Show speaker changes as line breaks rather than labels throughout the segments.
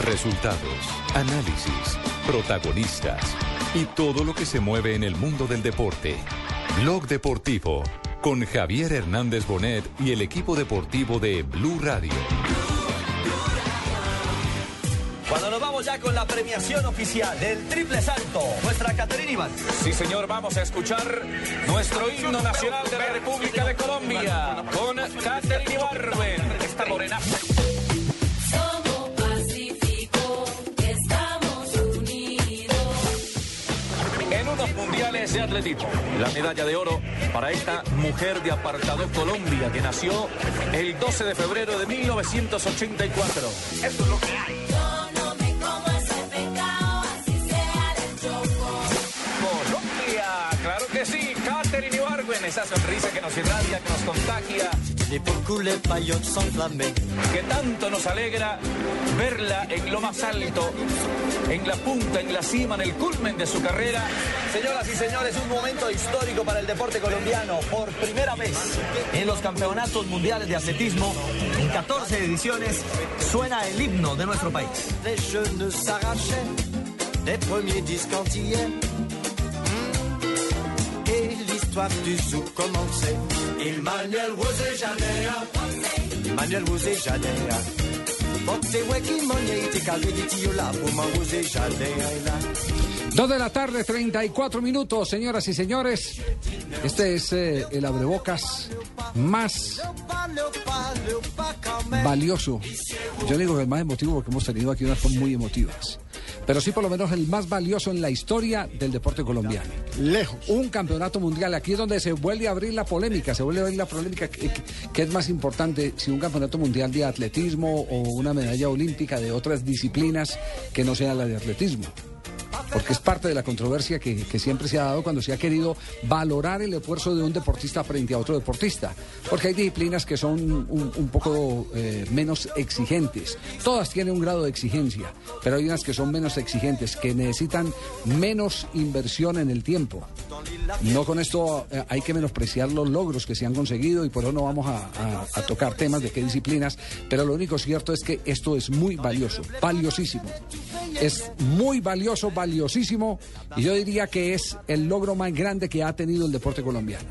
Resultados, análisis, protagonistas y todo lo que se mueve en el mundo del deporte. Blog Deportivo con Javier Hernández Bonet y el equipo deportivo de Blue Radio.
Cuando nos vamos ya con la premiación oficial del triple salto, nuestra Caterina Iván.
Sí, señor, vamos a escuchar nuestro himno nacional de la República de Colombia con Caterina Ibarwen. Esta morena.
Somos Pacífico, estamos unidos.
En unos mundiales de atletismo, la medalla de oro para esta mujer de apartado Colombia que nació el 12 de febrero de 1984.
Yo no me como ese pecado, así sea el choco.
Colombia, claro que sí, Katherine Ibargüen, esa sonrisa que nos irradia, que nos contagia,
Les beaucoup les paillotes s'enflammaient.
que tanto nos alegra verla en lo más alto, en la punta, en la cima, en el culmen de su carrera.
Señoras y señores, un momento histórico para el deporte colombiano. Por primera vez en los campeonatos mundiales de atletismo, en 14 ediciones, suena el himno de nuestro país.
Les jeunes s'arrachaient, les premiers discantillaient. Et l'histoire du sou commençait. Il Manuel José Janea. Manuel José Janea. Bote weki monye ite kalwe di tiyo la puma José Janea ila.
Dos de la tarde, 34 minutos, señoras y señores. Este es eh, el abrebocas más
Leopa, leopa, leopa kamen.
valioso. Yo digo que el más emotivo porque hemos tenido aquí unas muy emotivas. Pero sí, por lo menos, el más valioso en la historia del deporte colombiano. Lejos. Un campeonato mundial. Aquí es donde se vuelve a abrir la polémica. Se vuelve a abrir la polémica. que- que- ¿Qué es más importante? Si un campeonato mundial de atletismo o una medalla olímpica de otras disciplinas que no sea la de atletismo. porque es parte de la controversia que, que siempre se ha dado cuando se ha querido valorar el esfuerzo de un deportista frente a otro deportista, porque hay disciplinas que son un, un poco eh, menos exigentes, todas tienen un grado de exigencia, pero hay unas que son menos exigentes, que necesitan menos inversión en el tiempo. No con esto eh, hay que menospreciar los logros que se han conseguido y por eso no vamos a, a- a tocar temas de qué disciplinas, pero lo único cierto es que esto es muy valioso, valiosísimo. Es muy valioso, valiosísimo y yo diría que es el logro más grande que ha tenido el deporte colombiano.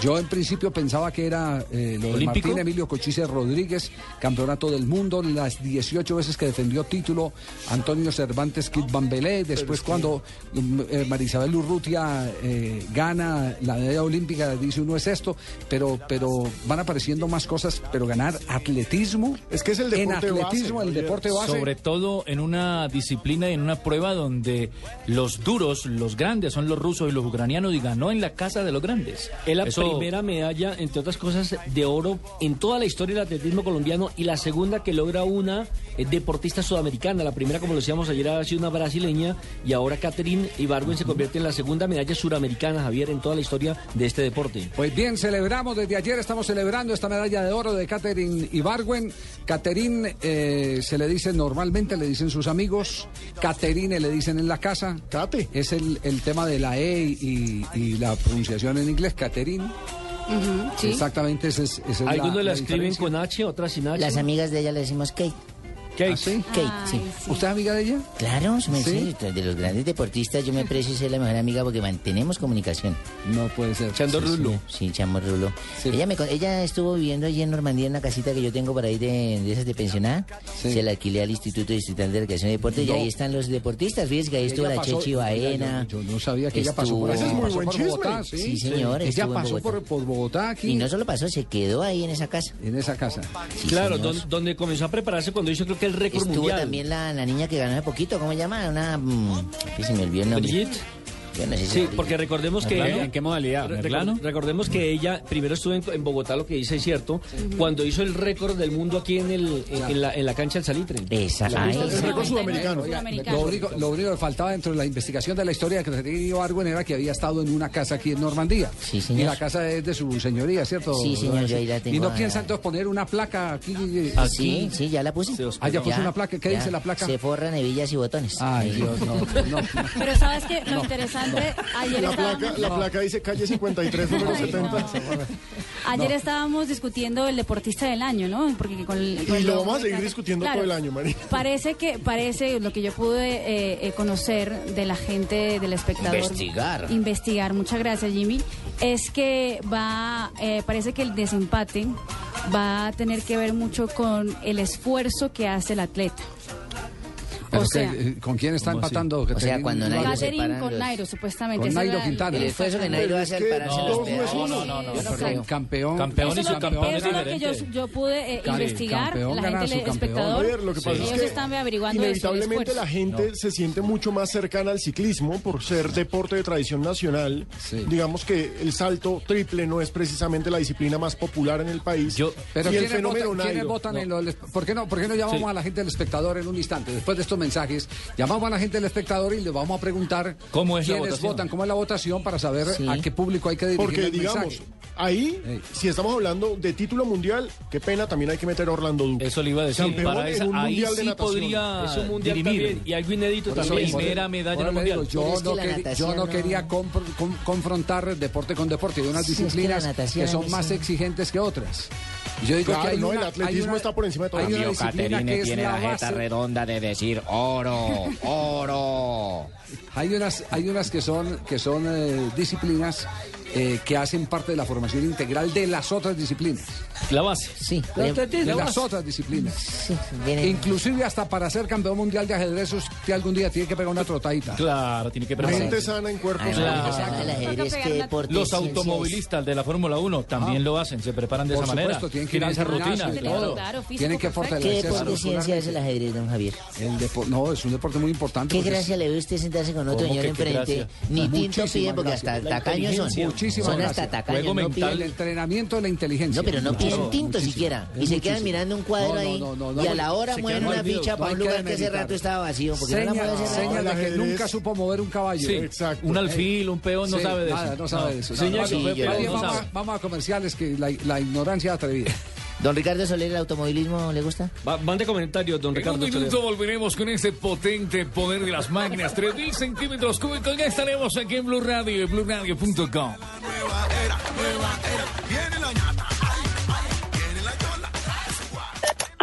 Yo en principio pensaba que era eh, lo de Martín Emilio Cochise Rodríguez, campeonato del mundo, las 18 veces que defendió título, Antonio Cervantes Kid Bambelé, después cuando mm, eh, Marisabel Urrutia eh, gana la medalla olímpica, dice uno es esto, pero, pero van apareciendo más cosas, pero ganar atletismo,
Es que es el
en
deporte base,
atletismo, el
Javier.
deporte base,
Sobre todo en una disciplina y en una prueba donde los duros, los grandes, son los rusos y los ucranianos y ganó en la casa de los grandes.
Es la
Eso-
primera medalla, entre otras cosas, de oro en toda la historia del atletismo colombiano y la segunda que logra una eh, deportista sudamericana. La primera, como lo decíamos ayer, ha sido una brasileña y ahora Catherine Ibargüen se convierte en la segunda medalla suramericana, Javier, en toda la historia de este deporte.
Pues bien, celebramos desde ayer, estamos celebrando esta medalla de oro de Catherine Ibargüen. Catherine eh, se le dice normalmente, le dicen sus amigos. Catherine le dicen en la casa.
Cate.
Es el, el tema de la E y, y la pronunciación en inglés, Catherine. Exactamente, ese es, esa es la-
Algunos la,
la
escriben
diferencia.
con H, otras sin H.
Las amigas de ella le decimos Kate.
Kate.
¿Ah, sí?
Kate, sí.
¿Usted es amiga de ella?
Claro, su
¿Sí?
merced, de los grandes deportistas, yo me aprecio ser la mejor amiga porque mantenemos comunicación.
No puede ser.
Echando
Sí,
rulo.
Sí, chamo Rulo.
Sí.
Ella, me, con- ella estuvo viviendo allí en Normandía en una casita que yo tengo por ahí de, de esas de pensionada.
Sí.
Se la alquilé al Instituto Distrital de Educación y Deportes
No.
y ahí están los deportistas. Fíjese que ahí
Ella
estuvo la
pasó-
Chechi
Oiga, yo-
Baena.
Yo, no sabía que ella pasó por
estuvo-
acá,
Ese es muy
pasó
buen
por
chisme.
Bogotá, sí.
Sí, señor,
Ella
estuvo en
pasó
Bogotá.
por, por Bogotá aquí,
Y no solo pasó, se quedó ahí en esa casa.
en esa casa.
Sí,
claro,
señor.
don- donde comenzó a prepararse cuando hizo creo que el récord
Estuvo
mundial.
también la, la niña que ganó hace poquito, ¿cómo se llama? Una. mm, que se me olvidó el nombre.
Brigitte. Sí, porque recordemos que
¿Merlano?
ella-
¿En qué modalidad?
Re- recor-
¿Merlano?
Recordemos que ella primero estuvo en, en Bogotá, lo que dice es cierto, cuando hizo el récord del mundo aquí en el en, en la, en la cancha del Salitre. La pista del Salitre.
Oiga, Lo único, lo único que faltaba dentro de la investigación de la historia que tenía Arwen era que había estado en una casa aquí en Normandía.
Sí, señor.
Y la casa es de su señoría, ¿cierto?
Sí, señor, yo ahí la tengo
Y no
a-
piensa entonces poner una placa aquí. eh,
Sí, sí, ya la puse.
Ah, ya puso una placa. ¿Qué dice la placa?
Se forran hebillas y botones.
Ay, Dios, no.
Pero sabes que lo interesante, ayer
La
estábamos-
placa, la
No.
placa dice calle 53, número 70.
Ayer
No.
estábamos discutiendo el deportista del año, ¿no? Porque con el- con
Y
el-
lo vamos a seguir discutiendo
Claro.
todo el año, María.
Parece que, parece lo que yo pude eh, eh, conocer de la gente, del espectador.
Investigar.
Investigar, muchas gracias Jimmy. Es que va, eh, parece que el desempate va a tener que ver mucho con el esfuerzo que hace el atleta.
Pero
o
que,
sea-
eh, ¿Con quién está empatando?
O sea, cuando Nairo se
Catherine
paran
con
los-
Nairo, supuestamente.
Con
Esa
Nairo
era-
Quintana.
El esfuerzo que Nairo hace al pararse en los pedales.
no, no, perdón, Campeón.
Campeón
Eso es lo que- eso es lo que yo, yo pude eh,
Cali,
investigar,
campeón,
la
gana
gente, el
subcampeón.
espectador,
Javier, lo que pasa
ellos
es que
están averiguando eso, el
Inevitablemente
esfuerzo.
la gente se siente mucho más cercana al ciclismo por ser deporte de tradición nacional. Digamos que el salto triple no es precisamente la disciplina más popular en el país.
Pero
y el
¿quiénes,
fenómeno
votan, quiénes
Nairo.
votan en los... ¿Por qué no, por qué no llamamos
Sí.
a la gente del espectador en un instante? Después de estos mensajes, llamamos a la gente del espectador y le vamos a preguntar
¿Cómo es la
quiénes
votación?
votan, cómo es la votación para saber
Sí.
a qué público hay que dirigir
Porque
el
digamos,
mensaje.
ahí, si estamos hablando de título mundial, qué pena, también hay que meter a Orlando Duque.
Eso le iba a decir,
Campeón
para
en
esa-
un
ahí
mundial de
sí
natación.
podría
Es un mundial
dirimir.
también, y algo inédito
Por eso
también.
mismo,
Primera medalla
ahora
en el
le digo,
mundial.
yo,
Pero es que
no
la
quería- yo
natación
no
no-
quería compro- con- confrontar deporte con deporte. Hay unas
Sí, es que la
disciplinas que,
natación
son
es
más
un-
exigentes que otras. Yo digo
Claro,
que hay
no,
una-
el
hay
atletismo
una-
está por encima de todo.
hay una
Amigo
disciplina
Caterine
que es
tiene
la
la jeta
base-
redonda de decir oro, oro.
Hay unas, hay unas que son, que son eh, disciplinas eh, que hacen parte de la formación integral de las otras disciplinas.
La base.
Sí.
De,
de-
de
la
las
base.
otras disciplinas.
viene-
Inclusive hasta para ser campeón mundial de ajedrez, usted algún día tiene que pegar una trotadita.
Claro, tiene que
Gente
prepararse.
sana en cuerpo
Claro.
sano.
Claro.
El ajedrez, qué deporte,
Los
ciencia es.
automovilistas de la Fórmula 1 también
Ah.
lo hacen, se preparan de
Por
esa manera.
supuesto, tienen que ir al
esa rutina.
gimnasio, todo. Claro, físico Tienen que perfecto.
¿Qué
fortalecerse
deporte de ciencia
muscularmente.
es el ajedrez, don Javier?
El depo- no, es un deporte muy importante.
¿Qué
porque es-
gracia le ve usted sentarse con otro
¿Cómo
señor
que qué
enfrente?
gracia?
Ni tinto
Muchísimas
piden porque
gracias.
hasta
La
tacaños son.
inteligencia. Muchísimas
Son
gracias.
hasta tacaños.
Juego
no
mental.
piden-
El entrenamiento de la inteligencia.
No, pero no
Muchísimo.
piden tinto
Muchísimo.
siquiera. Y
Es
se quedan
muchísimo.
mirando un
No,
cuadro
no,
ahí.
no, no,
y
no,
a la hora
se
mueven
quedan
una
dormidos.
ficha
No
para
hay
un
que
lugar que hace
demeritar.
rato estaba vacío. Porque no la mueve
Señas,
hace rato.
señas de que nunca supo mover un caballo.
Sí, un alfil, un peón, no sabe de
nada,
eso.
No sabe
No.
de eso.
Señas
nada.
que fue
Más
peón,
bien
no
vamos,
sabe.
a- vamos a comerciales que la, la ignorancia es atrevida.
Don Ricardo Soler, ¿el automovilismo le gusta?
Va- Mande comentarios, don
En un
Ricardo.
minuto volveremos con ese potente poder de las máquinas. 3.000 centímetros cúbicos. Ya estaremos aquí en Blue Radio y BlueRadio.com.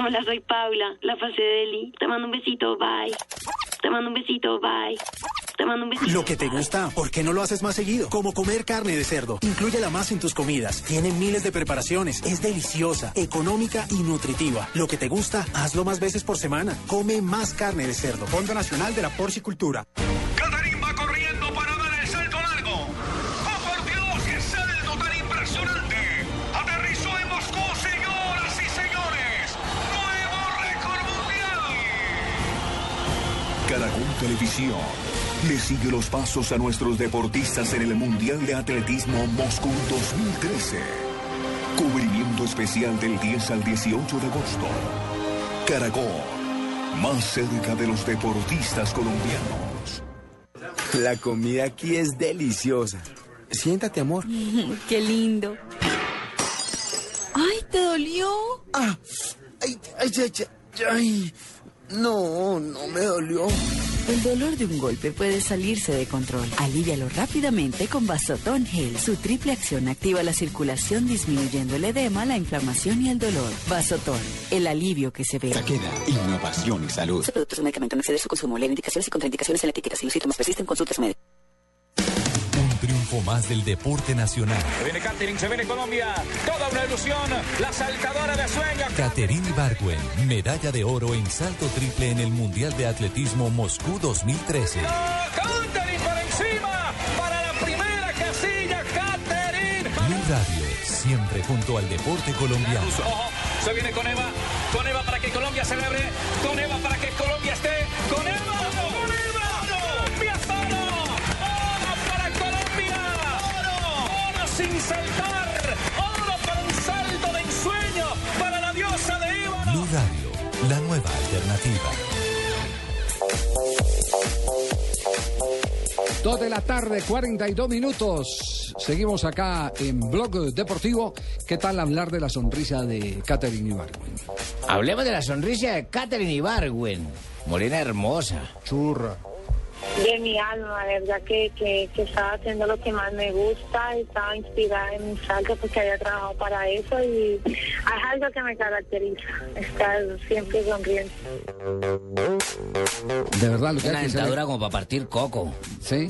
Hola, soy Paula, la fase de Eli. Te mando un besito, bye. Te mando un besito, bye. Te mando un besito.
Lo que te gusta, ¿por qué no lo haces más seguido? Como comer carne de cerdo. Inclúyela más en tus comidas. Tiene miles de preparaciones. Es deliciosa, económica y nutritiva. Lo que te gusta, hazlo más veces por semana. Come más carne de cerdo. Fondo Nacional de la Porcicultura.
impresionante! ¡Aterrizó en Moscú, señoras y señores!
Caracol Televisión le sigue los pasos a nuestros deportistas en el Mundial de Atletismo Moscú 2013. Cubrimiento especial del 10 al 18 de agosto. Caracol, más cerca de los deportistas colombianos.
La comida aquí es deliciosa. Siéntate, amor.
Qué lindo. Ay, ¿te dolió?
Ah, ay, ay, ay, ay, ay. No, no me dolió.
El dolor de un golpe puede salirse de control. Alivialo rápidamente con Vasotón Gel. Su triple acción activa la circulación disminuyendo el edema, la inflamación y el dolor. Vasotón, el alivio que se ve.
Innovación y salud.
Estos productos son medicamentos no excede su consumo. Leer indicaciones y contraindicaciones en la etiqueta. Si los síntomas persisten, consulta a su médico.
Un triunfo más del deporte nacional.
Se viene Catering, se viene Colombia. Toda una ilusión. La saltadora de sueños.
Caterine Ibargüen, medalla de oro en salto triple en el Mundial de Atletismo Moscú 2013.
Catering por encima. Para la primera casilla. Catering.
Blue Radio, siempre junto al deporte colombiano.
Ojo, se viene con Eva. Con Eva para que Colombia celebre. Con Eva para que Colombia esté. Con Eva. Con Eva. Colombia solo. ¡Ahora
deportiva.
Dos de la tarde, 42 minutos. Seguimos acá en Blog Deportivo. ¿Qué tal hablar de la sonrisa de Catherine Ibargüen?
Hablemos de la sonrisa de Katherine Ibarwen. Morena hermosa. Churra.
de mi alma, la verdad que, que, que estaba haciendo lo que más me gusta, estaba inspirada en mi salto porque había trabajado para eso y es algo que me caracteriza, estar siempre sonriendo.
De verdad, lo que
Una
hace que se
dentadura
le-
como para partir coco.
Sí.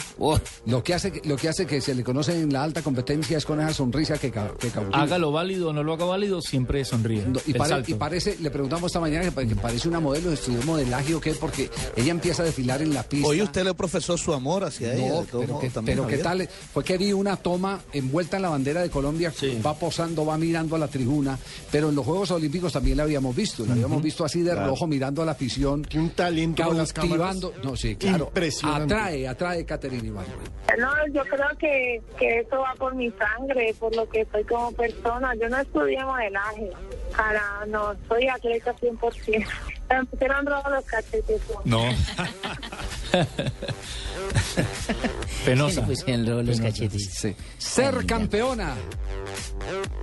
Lo que hace, lo que hace que se le conoce en la alta competencia es con esa sonrisa que, ca- que cautiva.
Hágalo válido o no lo haga válido, siempre sonríe.
Y,
El
pare-
salto.
y parece, le preguntamos esta mañana que pa- que parece una modelo, estudió modelaje o qué, porque ella empieza a desfilar en la pista.
Hoy usted le profesó su amor hacia ella.
No,
de todos
pero,
modos,
que,
también,
pero qué
Javier.
tal, fue que vi una toma envuelta en la bandera de Colombia, va posando, va mirando a la tribuna, pero en los Juegos Olímpicos también la habíamos visto, la habíamos visto así de
Claro.
rojo mirando a la afición,
Que un talento con las cámaras.
cautivando, no, sí, claro,
Impresionante.
atrae, atrae Caterina Ibargüen.
No, yo creo que, que eso va por mi sangre, por lo que soy como persona. Yo no estudié modelaje, cara, no, soy atleta 100%. Me pusieron rojos los cachetes.
No.
Penosa.
Pues en los cachetes.
Ser campeona.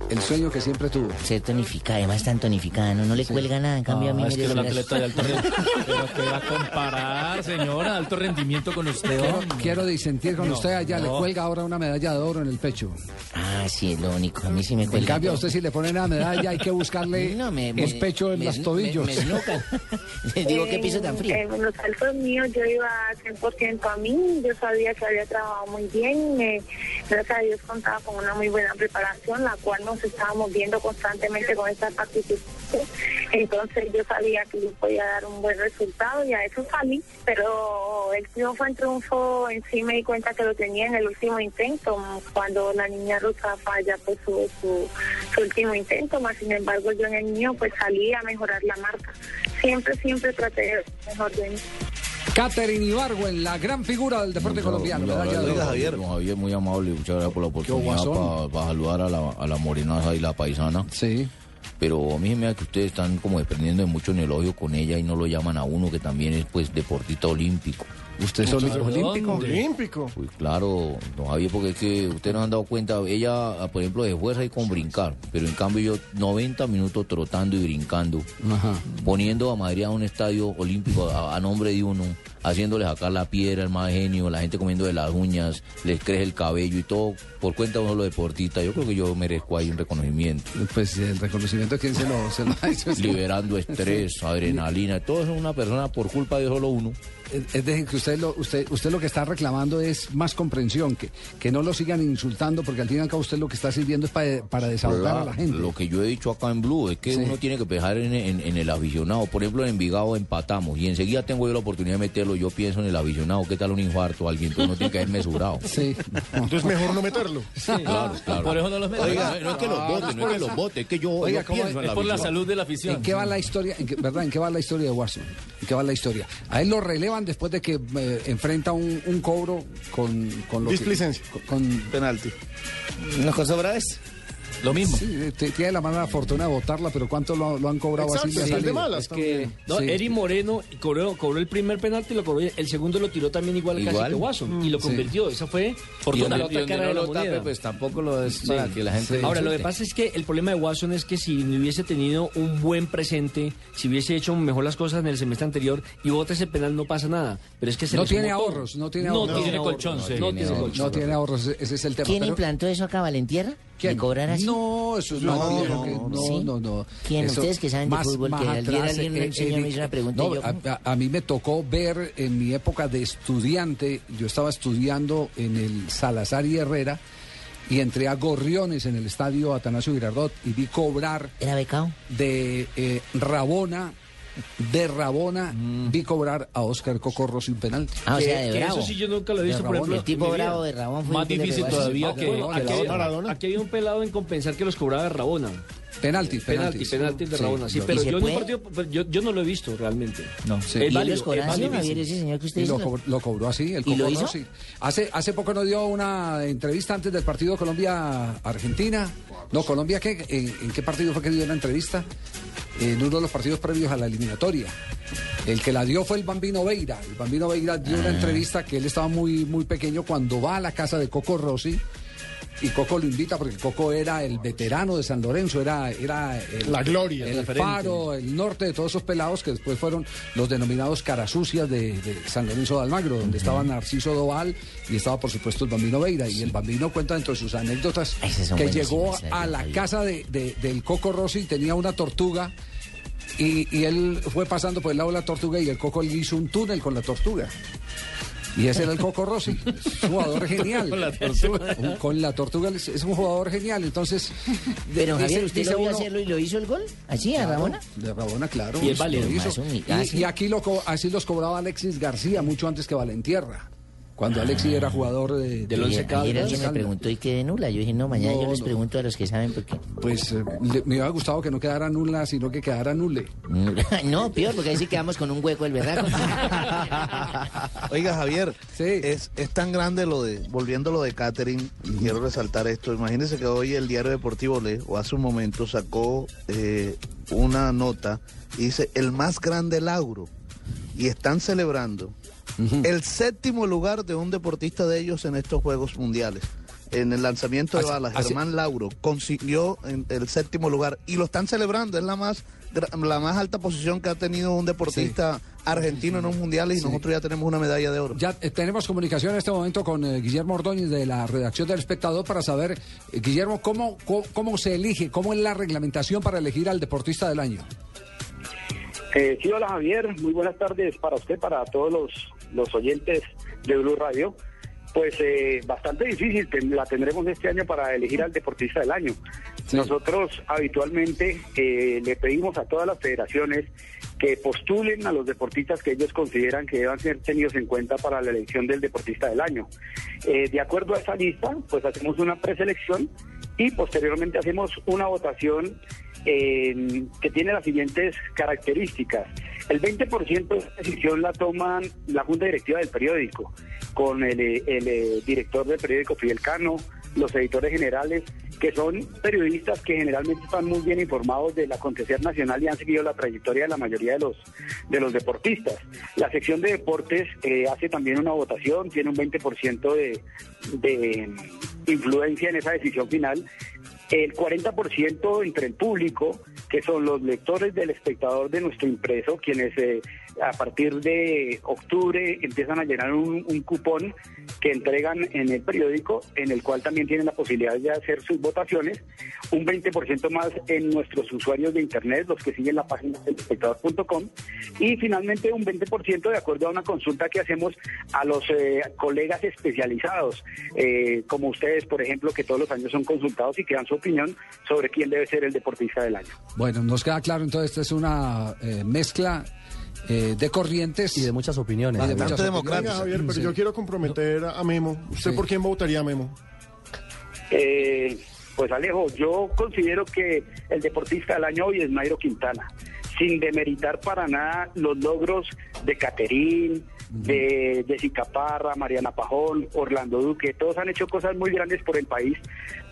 El
sueño que siempre tuvo.
Ser tonificada, además tan tonificada, no, no le cuelga nada, en cambio a mí
Ah,
me
es que
dio
el
las-
atleta de alto rendimiento. Pero que va a comparar, señora, alto rendimiento con usted.
Quiero,
hombre.
quiero disentir con
No,
usted allá, le
no.
cuelga ahora una medalla de oro en el pecho.
Ah, sí, es lo único, a mí sí me cuelga.
En cambio, a
todo.
usted si le ponen una medalla hay que buscarle los
me-
pechos en
me-
los
me-
tobillos.
me esnucan. Le digo, ¿qué piso tan frío?
Eh, en los saltos míos yo iba 100% a mí, yo sabía que había trabajado muy bien, me, gracias a Dios contaba con una muy buena preparación, la cual nos estábamos viendo constantemente con esta participación, entonces yo sabía que yo podía dar un buen resultado y a eso salí, pero el triunfo en triunfo en sí me di cuenta que lo tenía en el último intento, cuando la niña rusa falla pues su, su, su último intento, más sin embargo yo en el mío pues salí a mejorar la marca siempre, siempre traté de mejor de mí.
Catherine Ibargüen, la gran figura del deporte colombiano. medalla de oro.
Don Javier, muy amable, muchas gracias por la oportunidad para
guasón.
saludar a la, a la morenaza y la paisana.
Sí.
Pero a mí se me da que ustedes están como desprendiendo de mucho en el odio con ella y no lo llaman a uno que también es pues deportista olímpico.
¿Usted
es
es olí- olímpico?
Olímpico.
Pues claro, don Javier, porque es que ustedes no han dado cuenta, ella, ah, por ejemplo, de fuerza y con brincar, pero en cambio yo 90 minutos trotando y brincando, poniendo a Madrid a un estadio olímpico a, a nombre de uno, haciéndole sacar la piedra al más genio, la gente comiendo de las uñas, les crece el cabello y todo, por cuenta de un solo deportista, yo creo que yo merezco ahí un reconocimiento.
Pues el reconocimiento, ¿quién se lo, se lo ha hecho?
Liberando estrés, adrenalina, todo eso es una persona por culpa de solo uno.
Es es decir, Eh, que usted lo, usted, usted lo que está reclamando es más comprensión, que, que no lo sigan insultando, porque al fin y al cabo usted lo que está sirviendo es pa- para desahogar a la
Claro,
gente.
Lo que yo he dicho acá en Blue es que
Sí.
uno tiene que pensar en, en- en el aficionado. Por ejemplo, en Envigado empatamos y enseguida tengo yo la oportunidad de meterlo. Yo pienso en el aficionado. ¿Qué tal un infarto o alguien? Entonces uno tiene que haber mesurado.
Sí.
Entonces mejor no meterlo.
Claro, claro.
Por eso no los meto.
Oiga, no, no es
ah.
que los bote, no es que los bote, es que yo,
Oiga,
yo
¿cómo
Pues pienso en el aficionado.
¿En qué va la historia? en qué- ¿Verdad? ¿En qué va la historia de Watson? ¿En qué va la historia? A él lo relevan después de que eh, enfrenta un, un cobro con, con lo que-
Displicencia.
con, penalti. ¿No con sobrades?
Lo mismo.
eh, tiene la mala fortuna de votarla, pero ¿cuánto lo, lo han cobrado así? le ha salido?
Es que no,
Sí.
Eri Moreno cobró, cobró el primer penalti, lo cobró, el segundo lo tiró también igual, casi
Igual.
que Watson y lo
Sí.
convirtió. Esa fue
Y
la
donde, y
otra
donde
cara
no
de la
lo tape,
moneda.
pues tampoco lo es para
Sí.
que la gente...
Ahora, lo que
insulte.
pasa es que el problema de Watson es que si hubiese tenido un buen presente, si hubiese hecho mejor las cosas en el semestre anterior y vota ese penal, no pasa nada. Pero es que se
No
le sumó
tiene
todo.
ahorros, no tiene
No
ahorros.
tiene colchón, sí.
no tiene ahorros. No tiene ahorros, ese es el tema.
¿Quién
pero-
implantó eso acá, Valentierra?
¿Quién?
¿De cobrar así?
No, eso es
No,
más
no,
viejo que- no,
¿sí?
no, no.
¿Quién?
Eso-
Ustedes que saben de fútbol, que ayer alguien me
eh,
enseñó,
eh,
me hizo una pregunta
no,
y yo,
a, a- a mí me tocó ver en mi época de estudiante, yo estaba estudiando en el Salazar y Herrera y entré a Gorriones en el estadio Atanasio Girardot y vi cobrar.
¿Era becado?
De eh, Rabona. De Rabona vi cobrar a Óscar Cocorro sin penalti.
Ah, o sea, de
Mm. Que Eso sí yo nunca lo he
De
visto, por
Rabona.
ejemplo.
El tipo
en mi vida.
bravo de Rabón fue el
Más
que le
difícil
pegó así.
todavía que...
Bueno,
aquí,
que la
había-
Maradona.
aquí había un pelado en compensar que los cobraba de Rabona.
Penalti,
Penalti,
penalti.
penalti de Rabona, sí,
yo-
pero
¿Y
yo
se
en un
puede?
partido, pero yo, yo no lo he visto realmente. No,
Sí.
es válido, es válido.
Y lo, cobró, lo cobró así, el
¿Y lo
Cocorro,
hizo?
sí. Hace, hace poco nos dio una entrevista antes del partido Colombia-Argentina. No, Colombia, ¿qué? ¿En, en qué partido fue que dio una entrevista? en uno de los partidos previos a la eliminatoria. El que la dio fue el Bambino Veira. El Bambino Veira dio una
Ah.
entrevista que él estaba muy, muy pequeño cuando va a la casa de Coco Rossi. Y Coco lo invita porque Coco era el veterano de San Lorenzo, era, era el-
La gloria,
el,
el referente.
faro, el norte de todos esos pelados que después fueron los denominados carasucias de, de San Lorenzo de Almagro, donde estaba Narciso Doval y estaba por supuesto el Bambino Veira. Y el Bambino cuenta dentro de sus anécdotas
son
que
buenísimas,
llegó
las de
a la
Javier.
casa de- de- del Coco Rossi y tenía una tortuga. Y, y él fue pasando por el lado de la tortuga y el Coco le hizo un túnel con la tortuga. Y ese era el Coco Rossi, es un jugador genial.
Con la tortuga.
Un- Con la tortuga es es un jugador genial, entonces...
Pero
dice-
Javier, ¿usted
dice
sabía
uno-
hacerlo y lo hizo el gol? ¿Así, a
Claro,
Rabona?
De Rabona, claro.
Y es válido,
lo hizo.
más un-
Y-
ah, sí.
y aquí lo co- así los cobraba Alexis García mucho antes que Valentierra, cuando Alexis era jugador de,
Ayer-
del Once
Ah, Ayer
Caldas.
alguien me preguntó y quedé nula. Yo dije, no, mañana yo les pregunto a los que saben por qué.
Pues eh, le- me hubiera gustado que no quedara nula, sino que quedara nule.
Mm. no, peor, porque ahí sí quedamos con un hueco el berraco.
Oiga, Javier, es, es tan grande lo de, volviendo a lo de Catherine, quiero resaltar esto. Imagínense que hoy el diario deportivo Le, o hace un momento, sacó eh, una nota y dice, el más grande lagro. Y están celebrando el séptimo lugar de un deportista de ellos en estos Juegos Mundiales. En el lanzamiento de
Así-
balas,
así-
Germán Lauro consiguió en- el séptimo lugar y lo están celebrando. Es la más gra- la más alta posición que ha tenido un deportista argentino en un mundial y nosotros ya tenemos una medalla de oro.
Ya eh, tenemos comunicación en este momento con eh, Guillermo Ordóñez de la redacción del espectador para saber, eh, Guillermo, cómo, cómo, cómo se elige, cómo es la reglamentación para elegir al deportista del año.
Eh, sí, hola Javier, muy buenas tardes para usted, para todos los, los oyentes de Blue Radio. Pues eh, bastante difícil, ten- la tendremos este año para elegir al deportista del año. Nosotros habitualmente eh, le pedimos a todas las federaciones que postulen a los deportistas que ellos consideran que deban ser tenidos en cuenta para la elección del deportista del año. Eh, de acuerdo a esa lista, pues hacemos una preselección y posteriormente hacemos una votación eh, que tiene las siguientes características. El 20% de esta decisión la toman la Junta Directiva del periódico, con el, eh, el, eh, director del periódico Fidel Cano, los editores generales, que son periodistas que generalmente están muy bien informados del acontecer nacional y han seguido la trayectoria de la mayoría de los, de los deportistas. La sección de deportes eh, hace también una votación, tiene un 20% de, de mm, influencia en esa decisión final el 40% entre el público, que son los lectores del espectador de nuestro impreso, quienes eh, a partir de octubre empiezan a llenar un, un cupón que entregan en el periódico, en el cual también tienen la posibilidad de hacer sus votaciones, un 20% más en nuestros usuarios de Internet, los que siguen la página del espectador.com, y finalmente un 20% de acuerdo a una consulta que hacemos a los eh, colegas especializados, eh, como ustedes, por ejemplo, que todos los años son consultados y que dan su opinión sobre quién debe ser el deportista del año.
Bueno, nos queda claro, entonces, esta es una eh, mezcla eh, de corrientes. Y de muchas opiniones.
Bastante democrática. Javier, pero
Sí.
yo quiero comprometer a a Memo. ¿Usted
Sí.
por quién votaría, Memo?
Eh, pues Alejo, yo considero que el deportista del año hoy es Nairo Quintana, sin demeritar para nada los logros de Caterín, de Jessica Parra, Mariana Pajón, Orlando Duque, todos han hecho cosas muy grandes por el país,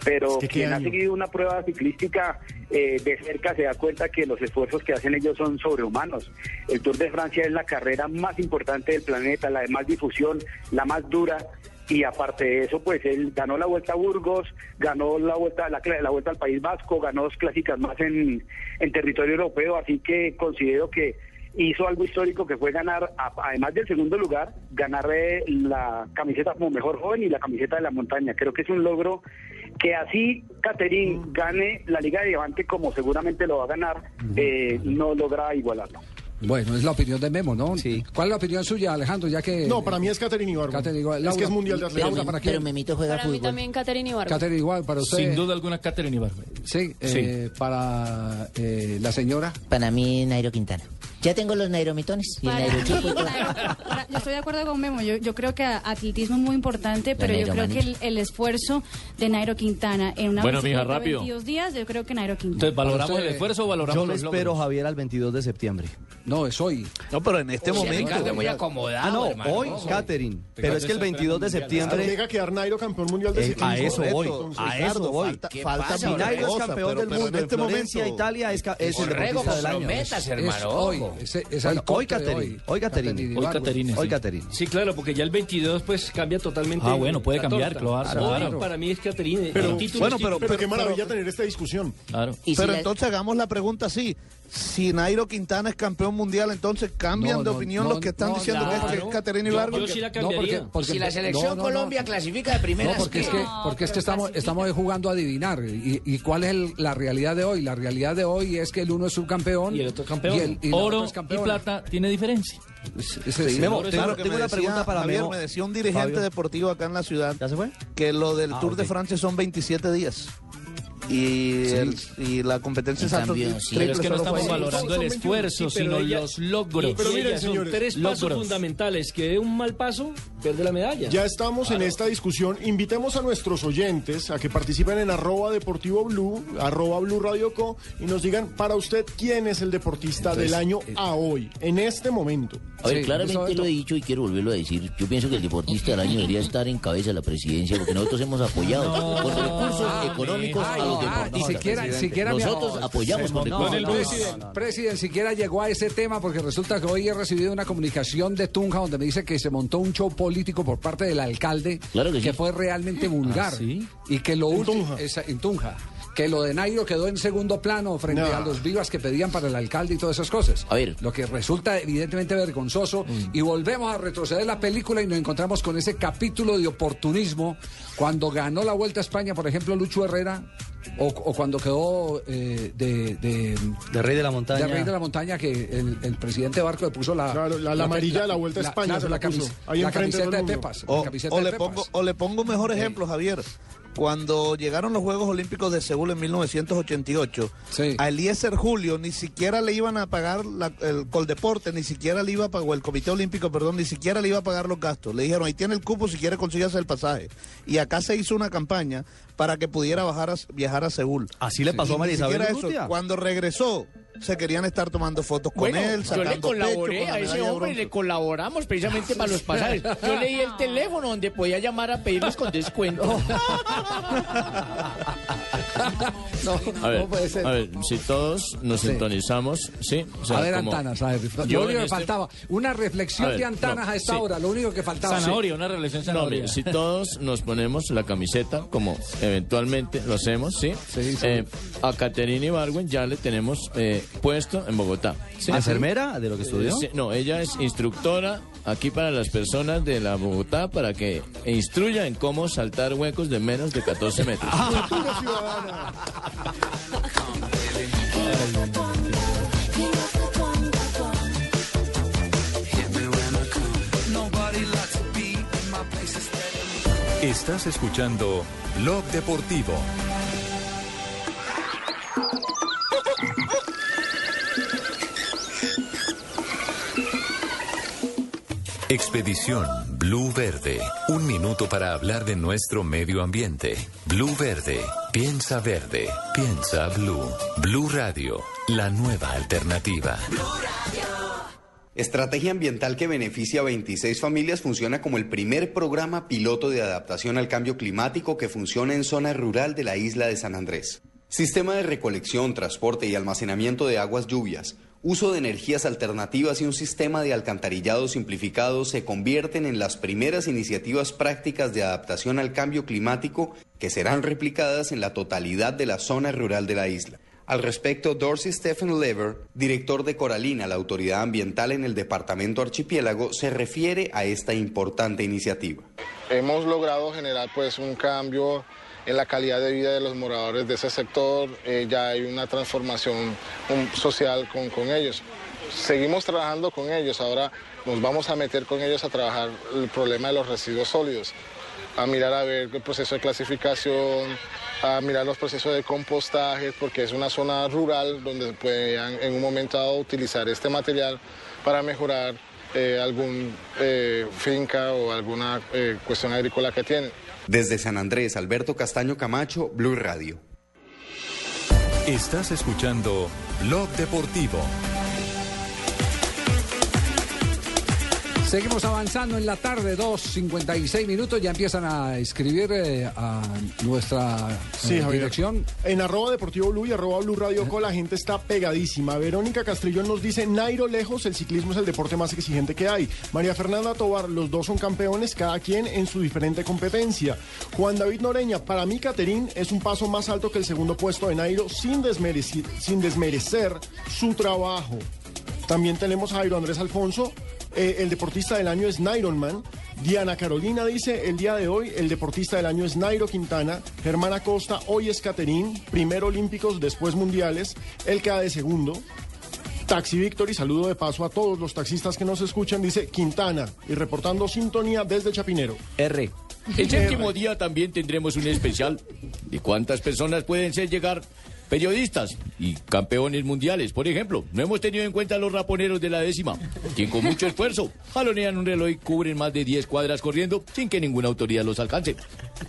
pero
Es que qué
quien ha
año.
seguido una prueba ciclística eh, de cerca se da cuenta que los esfuerzos que hacen ellos son sobrehumanos. El Tour de Francia es la carrera más importante del planeta, la de más difusión, la más dura. Y aparte de eso, pues él ganó la Vuelta a Burgos, ganó la Vuelta, la, cla- la vuelta al País Vasco, ganó dos clásicas más en, en territorio europeo, así que considero que hizo algo histórico que fue ganar, a- además del segundo lugar, ganar eh, la camiseta como mejor joven y la camiseta de la montaña. Creo que es un logro que así
Mm.
Caterín gane la Liga de Diamante como seguramente lo va a ganar, eh, no logra igualarlo.
Bueno, es la opinión de Memo, ¿no? ¿Cuál es la opinión suya, Alejandro? Ya que
No, para mí es Catherine Ibarbo.
Laura,
es que es mundial de atletismo.
Laura, ¿para quién?
Para mí también Caterina Ibarbo.
Catherine igual, para usted.
Sin duda alguna, Catherine Ibarbo.
Sí, eh, para eh, la señora.
Para mí, Nairo Quintana.
Ya tengo los nairomitones. y el nairochipo y todo.
Ahora, Yo estoy de acuerdo con Memo. Yo, yo creo que atletismo es muy importante, pero yo creo que el, el esfuerzo de Nairo Quintana en una
Bueno,
bicicleta
mija, rápido.
22 días, yo creo que Nairo Quintana.
Entonces, ¿valoramos el esfuerzo o valoramos
Yo lo
los logros?
espero, Javier, al 22 de septiembre.
No, es hoy.
No, pero en este
Uy,
momento.
Ricardo, muy
Ah, no,
acomodado, hermano.
hoy,
Ojo.
Catherine.
Te
Pero
quedaste
es que el
esperando
22 de
el mundial.
septiembre.
Llega a quedar Nairo campeón mundial de
Eh,
ciclismo.
a eso voy, a eso voy.
falta-
¿Qué
falta
pasa,
mirar.
Nairo es
Cosa,
campeón
pero-
del
pero
mundo,
En este
en
momento,
Florencia, Italia, es ca- es el
Borrego,
deportista del
con
año.
metas, hermano, ojo. Ese- ese es el
Bueno, Hoy,
corte de
Catherine.
hoy.
Hoy, Catherine.
Hoy, Catherine,
Hoy,
sí.
Catherine.
Sí, claro, porque ya el 22 pues cambia totalmente.
Ah, bueno, puede
la
cambiar,
torta.
claro,
Hoy
claro.
para mí es Caterine.
Pero-
el título
bueno,
es
pero-
título.
pero qué maravilla
tener este esta discusión.
Claro.
Pero entonces hagamos la pregunta así. Si Nairo Quintana es campeón mundial, entonces cambian
No,
de
no,
opinión
no,
los que están
no,
diciendo
no,
que es, que es
no.
Caterina
Yo-
Ibargo.
yo sí la cambiaría. Porque-
si la selección
no, no,
Colombia clasifica de
No,
primera,
porque es que, porque es que estamos, estamos jugando a adivinar. ¿Y, y cuál es el- la realidad de hoy? La realidad de hoy es que el uno es subcampeón. Y el otro
Campeón.
y la
Oro
otra es
y
campeona.
plata tiene diferencia.
sí.
Sí, Memo,
Claro,
tengo, tengo
claro, que me
una
decía-
pregunta para
Javier,
Memo.
me
decía un dirigente
Fabio.
deportivo acá en la ciudad que lo del
Ah,
Tour de
ok.
Francia son 27 días. Y,
Sí.
el- y la competencia
En
es alto-
cambio, sí.
triple
Pero es que no
solo
estamos
fue-
valorando el esfuerzo,
Sí, pero
sino
ella-
los logros.
Pero
Y
miren,
ellas son
señores,
tres pasos
logros.
fundamentales. Que dé un mal paso, pierde la medalla.
Ya estamos en esta discusión. Invitemos a nuestros oyentes a que participen en arroba deportivo blue, arroba blue radio co, y nos digan para usted quién es el deportista
Entonces,
del año
eh,
a hoy, en este momento.
A ver,
Sí,
claramente
Gustavo,
lo he dicho y quiero volverlo a decir. Yo pienso que el deportista del año debería estar en cabeza de la presidencia porque nosotros hemos apoyado con recursos económicos
Ay,
a los
no, ah,
deportistas.
ni siquiera-
presidente.
siquiera me-
nosotros
no,
apoyamos con
No, el
recursos.
presidente, presidente, siquiera llegó a ese tema porque resulta que hoy he recibido una comunicación de Tunja donde me dice que se montó un show político por parte del alcalde
Claro que sí.
fue realmente vulgar
sí?
y que lo
En
último
Tunja.
esa- en Tunja que lo de Nairo quedó en segundo plano frente
No.
a los vivas que pedían para el alcalde y todas esas cosas. A ver. Lo que resulta evidentemente vergonzoso
Mm.
y volvemos a retroceder la película y nos encontramos con ese capítulo de oportunismo cuando ganó la Vuelta a España, por ejemplo, Lucho Herrera o, o cuando quedó eh, de, de,
De Rey de la
de
Montaña.
Rey de la Montaña que el, el presidente Barco le puso Ah. la...
Claro, la- la amarilla de la Vuelta a España
claro,
se
la,
la puso.
camis-
Ahí
la
enfrente de
camiseta
todo
de
el mundo.
Pepas. la
O,
camiseta
o
de
le
Pepas.
pongo, o le pongo un mejor ejemplo, Javier. Cuando llegaron los Juegos Olímpicos de Seúl en 1988, a Eliezer Julio ni siquiera le iban a pagar la- el Coldeporte, ni siquiera le iba a pagar, el Comité Olímpico, perdón, ni siquiera le iba a pagar los gastos. Le dijeron, ahí tiene el cupo si quiere consigas el pasaje. Y acá se hizo una campaña para que pudiera bajar a- viajar a Seúl.
Así le pasó a
Y
María
ni
Isabel
siquiera
Urrutia.
eso. Cuando regresó, se querían estar tomando fotos con
Bueno,
él,
yo le
sacando
colaboré
pecho con la Ah,
a ese
medalla de
hombre,
bronce.
le colaboramos precisamente para los pasajes. Yo leí el teléfono donde podía llamar a pedirles con descuento.
Ah,
Ah,
A ver,
no puede ser.
a ver, si todos nos
Sí.
sintonizamos, sí. o sea,
a ver,
como-
Antanas, a ver.
Yo
Lo único
en
que
este-
faltaba, una reflexión
A ver,
de Antanas
no,
a esta
sí.
hora, lo único que faltaba.
Sí.
relación
No, mire, si todos nos ponemos la camiseta, como eventualmente lo hacemos, ¿sí? Eh, a Caterina Ibargüen ya le tenemos eh, puesto en Bogotá. ¿sí?
¿Ah, enfermera? ¿De lo que estudió?
sí, no, ella es instructora aquí para las personas de la Bogotá para que instruya en cómo saltar huecos de menos de 14 metros.
Cultura ciudadana.
Estás escuchando Blog Deportivo. Expedición Blue Verde. Un minuto para hablar de nuestro medio ambiente. Blue Verde. Piensa verde. Piensa blue. Blue Radio. La nueva alternativa.
Estrategia Ambiental que beneficia a 26 familias funciona como el primer programa piloto de adaptación al cambio climático que funciona en zona rural de la isla de San Andrés. Sistema de recolección, transporte y almacenamiento de aguas lluvias, uso de energías alternativas y un sistema de alcantarillado simplificado se convierten en las primeras iniciativas prácticas de adaptación al cambio climático que serán replicadas en la totalidad de la zona rural de la isla. Al respecto, Dorsey Stephen Lever, director de Coralina, la autoridad ambiental en el departamento archipiélago, se refiere a esta importante iniciativa.
Hemos logrado generar pues un cambio en la calidad de vida de los moradores de ese sector, eh, ya hay una transformación um, social con, con ellos. Seguimos trabajando con ellos, ahora nos vamos a meter con ellos a trabajar el problema de los residuos sólidos. a mirar a ver el proceso de clasificación, a mirar los procesos de compostaje, porque es una zona rural donde puedan en un momento dado utilizar este material para mejorar eh, algún eh, finca o alguna eh, cuestión agrícola que tienen.
Desde San Andrés, Alberto Castaño Camacho, Blue Radio.
Estás escuchando Blog Deportivo.
Seguimos avanzando en la tarde, 2.56 minutos. Ya empiezan a escribir eh, a nuestra eh,
Sí, Javier.
dirección. Eh.
En arroba Deportivo Blue y arroba Blue Radio Co, la gente está pegadísima. Verónica Castrillón nos dice, Nairo lejos, el ciclismo es el deporte más exigente que hay. María Fernanda Tobar, los dos son campeones, cada quien en su diferente competencia. Juan David Noreña, para mí Caterín es un paso más alto que el segundo puesto de Nairo sin, desmereci- sin desmerecer su trabajo. También tenemos a Jairo Andrés Alfonso. eh, el deportista del año es Naironman. Diana Carolina dice, el día de hoy el deportista del año es Nairo Quintana. Germán Acosta, hoy es Caterín. Primero olímpicos, después mundiales. Él queda de segundo. Taxi Victory, saludo de paso a todos los taxistas que nos escuchan, dice Quintana. Y reportando sintonía desde Chapinero.
R. El séptimo día también tendremos un especial. ¿Y cuántas personas pueden ser llegar? Periodistas y campeones mundiales, por ejemplo. No hemos tenido en cuenta a los raponeros de la décima, quien con mucho esfuerzo jalonean un reloj y cubren más de 10 cuadras corriendo sin que ninguna autoridad los alcance.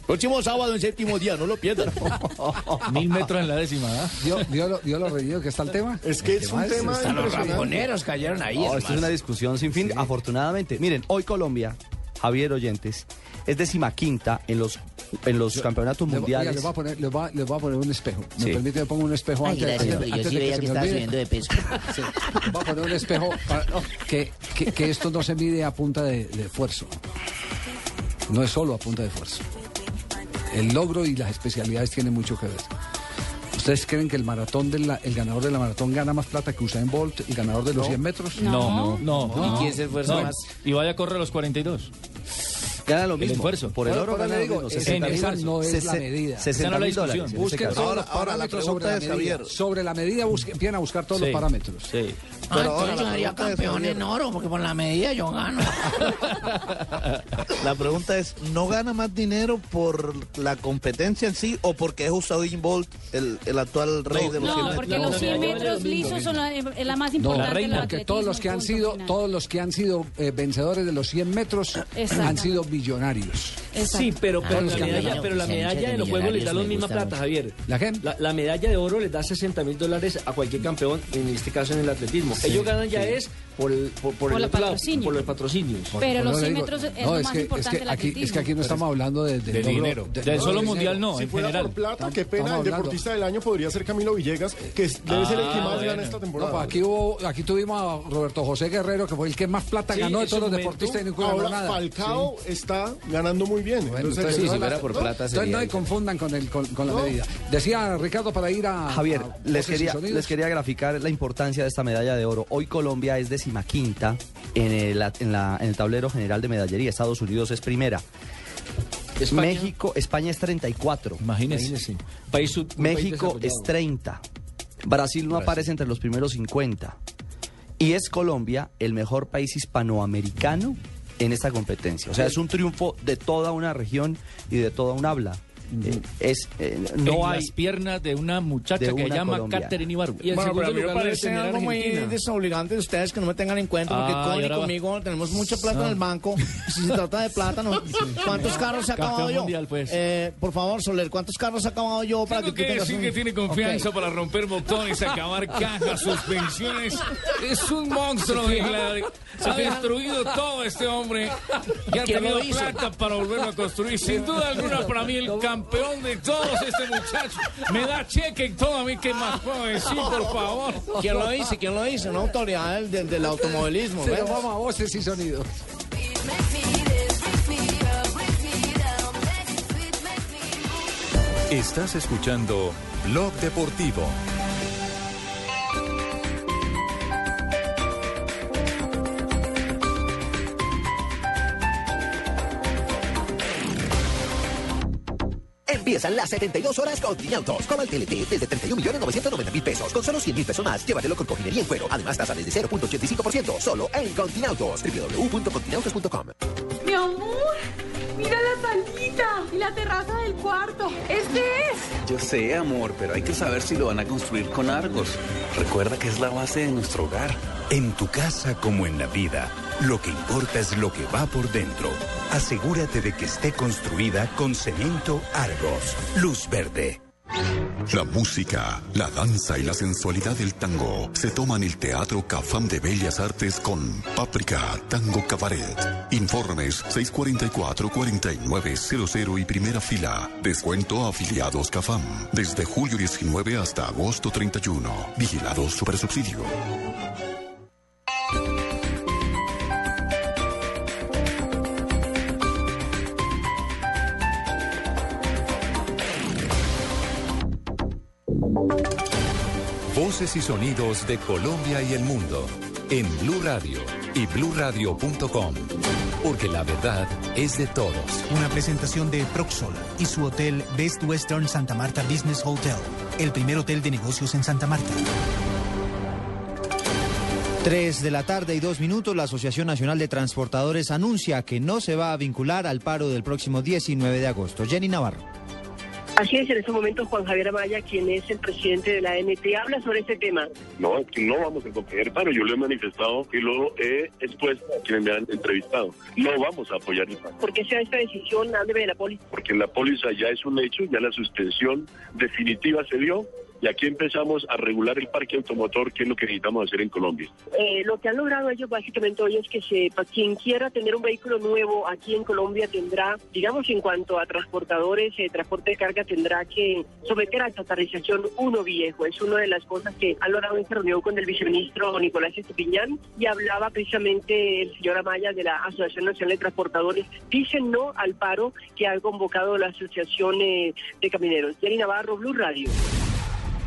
Próximo sábado en séptimo día, no lo pierdan.
Mil metros en la décima, ¿ah?
Dio, dio lo, dio lo reñido que está el tema.
Es que es
un tema
Están los
impresionante.
raponeros
cayeron
No, esto es una discusión sin fin, afortunadamente. Miren, hoy Colombia, Javier Oyentes, es decimaquinta en los, en los campeonatos
Le- oiga,
mundiales.
les, voy a poner, les voy a- les voy a poner un espejo. ¿Me
Sí.
permite? Le pongo un espejo
Ay,
antes,
gracias,
antes-
yo
antes
sí
de
veía
se
que
me
estaba
olvide.
subiendo
de peso.
Sí. Voy a poner un espejo para- Ah, que, que- que esto no se mide a punta de, de esfuerzo. No es solo a punta de esfuerzo. El logro y las especialidades tienen mucho que ver. ¿Ustedes creen que el maratón de la- el ganador de la maratón gana más plata que Usain Bolt, el ganador de los 100 metros?
No, no, no.
No.
No, Y vaya a correr los 42.
Gana lo
El esfuerzo.
Por el oro
Por eso
gana
le
lo
digo,
mismo,
esa
60 mil
esa
dólares.
no es la
Sese-
medida.
60 mil dólares. en ese
Busquen
caso.
todos los
ahora la
parámetros
pregunta
sobre la
es,
medida.
Javier.
Sobre la medida busquen, empiezan a buscar todos los parámetros.
Sí.
Pero
Ah, entonces
ahora la
yo
pregunta
haría
es,
campeón
Javier,
en oro, porque por la medida yo gano. La pregunta es, ¿no gana más dinero por la competencia en sí o porque es Usain Bolt el, el actual rey de los 100
No,
metros?
porque los 100 metros lisos son la, es la más
No,
importante. del
porque todos los que han
atletismo,
sido,
punto final.
todos los que han sido eh, vencedores de los 100 metros han
Exactamente.
sido millonarios.
Sí, pero, pero
Todos los
la
que han
medalla,
ganado.
pero la medalla de los juegos les da la misma plata, Javier.
¿La
La, la medalla de oro les da 60 mil dólares a cualquier campeón, en este caso en el atletismo.
Sí,
Ellos ganan ya
sí.
es por, el- por, por
Por
el
los
otro lado,
patrocinios.
por los patrocinios.
Pero los
le
100
digo,
metros es lo más importante
que
del
aquí, es que
atletismo.
aquí no estamos hablando de, del
De
logro-
dinero.
de-
Del
no,
solo
de
mundial, no,
si
en
fuera
general.
por plata, qué
Estamos
pena, el
hablando.
deportista del año podría ser Camilo Villegas, que es- debe ser el que
Ah,
más
bueno.
gana esta
No, pues
temporada.
aquí, hubo, aquí tuvimos a Roberto José Guerrero, que fue el que más plata
Sí,
ganó de
en su
todos los
momento,
deportistas y no ganó
Ahora
nada.
Falcao está ganando muy bien. Entonces,
Entonces,
no,
no,
la-
la- no, Entonces no me confundan con, el, con, con la
No.
medida. Decía Ricardo para ir a.
Javier,
a
les
voces y
quería,
ah, sonidos.
les quería graficar la importancia de esta medalla de oro. Hoy Colombia es decimaquinta en el, en la- en el tablero general de medallería. Estados Unidos es primera. México, España es 34.
Imagínese.
País sub- un país
México es
desarrollado.
30. Brasil no aparece entre los primeros 50. Y es Colombia el mejor país hispanoamericano en esta competencia. O sea, es un triunfo de toda una región y de toda un habla. Eh, es, eh,
en
no hay...
las piernas de una muchacha
de
que
una
llama
colombiana.
Catherine Ibargüen.
Y el
Bueno, pero a mí me
lugar debe
parece
tener
algo muy
Argentina.
desobligante de ustedes que no me tengan en cuenta, porque
Ah,
con
y
y
ahora va.
conmigo tenemos mucha plata en
Ah.
el banco. Y si se trata de plata, no- ¿cuántos carros he
Campeón
acabado yo?
mundial, pues.
Eh, por favor, Soler, ¿cuántos carros he acabado yo para que
Tengo
tú
que
tengas
decir
un-
que tiene confianza para romper botones, acabar cajas, suspensiones. Es un monstruo. y la- ha destruido todo este hombre. Y ha
¿Quién lo
tenido
hizo?
plata para volverlo a construir. Sin duda alguna, para mí, el campeón de todos este muchacho. Me da cheque y todo a mí. ¿Qué más puedo decir, por favor?
Ok. ¿Quién lo hizo? ¿Quién lo hizo? Una autoridad del, del- del automovilismo.
Se
¿ves?
lo vamos a voces y sonidos.
Estás escuchando Blog Deportivo.
Empiezan las 72 horas con Autos. Como el Teletip desde 31 millones 990 mil pesos. Con solo 100 mil pesos más, llévatelo con cojinería en cuero. Además, tasa desde 0.85%. Solo en Continautos. www.continautos.com
Mi amor, mira la salchicha.
bonita! Y la terraza del cuarto. ¡Este es!
Yo sé, amor, pero hay que saber si lo van a construir con Argos. Recuerda que es la base de nuestro hogar.
En tu casa como en la vida, lo que importa es lo que va por dentro. Asegúrate de que esté construida con cemento Argos. Luz verde.
La música, la danza y la sensualidad del tango se toman el Teatro Cafam de Bellas Artes con Páprica Tango Cabaret. Informes 644-4900 y primera fila. Descuento a afiliados Cafam desde julio 19 hasta agosto 31. Vigilados Supersubsidio.
Voces y sonidos de Colombia y el mundo en Blue Radio y BlueRadio.com, porque la verdad es de todos.
Una presentación de Proxol y su hotel Best Western Santa Marta Business Hotel, el primer hotel de negocios en Santa Marta.
3 de la tarde y dos minutos, la Asociación Nacional de Transportadores anuncia que no se va a vincular al paro del próximo 19 de agosto. Jenny Navarro.
Así es, en este momento Juan Javier Amaya, quien es el presidente de la ANT, habla sobre este tema.
No, es que no vamos a acompañar paro. Yo lo he manifestado y lo he expuesto a quienes me han entrevistado. No vamos a apoyar el paro.
¿Por qué sea esta decisión? Hábleme de la póliza.
Porque la póliza ya es un hecho, ya la suspensión definitiva se dio. Y aquí empezamos a regular el parque automotor, que es lo que necesitamos hacer en Colombia.
Eh, lo que han logrado ellos básicamente hoy es que sepa, quien quiera tener un vehículo nuevo aquí en Colombia tendrá, digamos en cuanto a transportadores, eh, transporte de carga, tendrá que someter a totalización uno viejo. Es una de las cosas que han logrado en esta reunión con el viceministro Nicolás Estupiñán y hablaba precisamente el señor Amaya de la Asociación Nacional de Transportadores. Dicen no al paro que ha convocado la Asociación eh, de Camineros. Jenny Navarro, Blue Radio.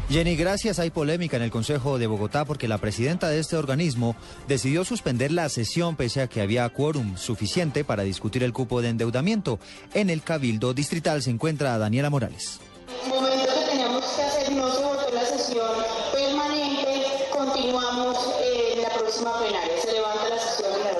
Jenny, gracias. Hay polémica en el Consejo de Bogotá porque la presidenta de este organismo decidió suspender la sesión pese a que había quórum suficiente para discutir el cupo de endeudamiento. En el Cabildo Distrital se encuentra Daniela Morales.
el momento que teníamos que hacer, no se votó la sesión permanente, continuamos eh, la próxima plenaria, se levanta la sesión de la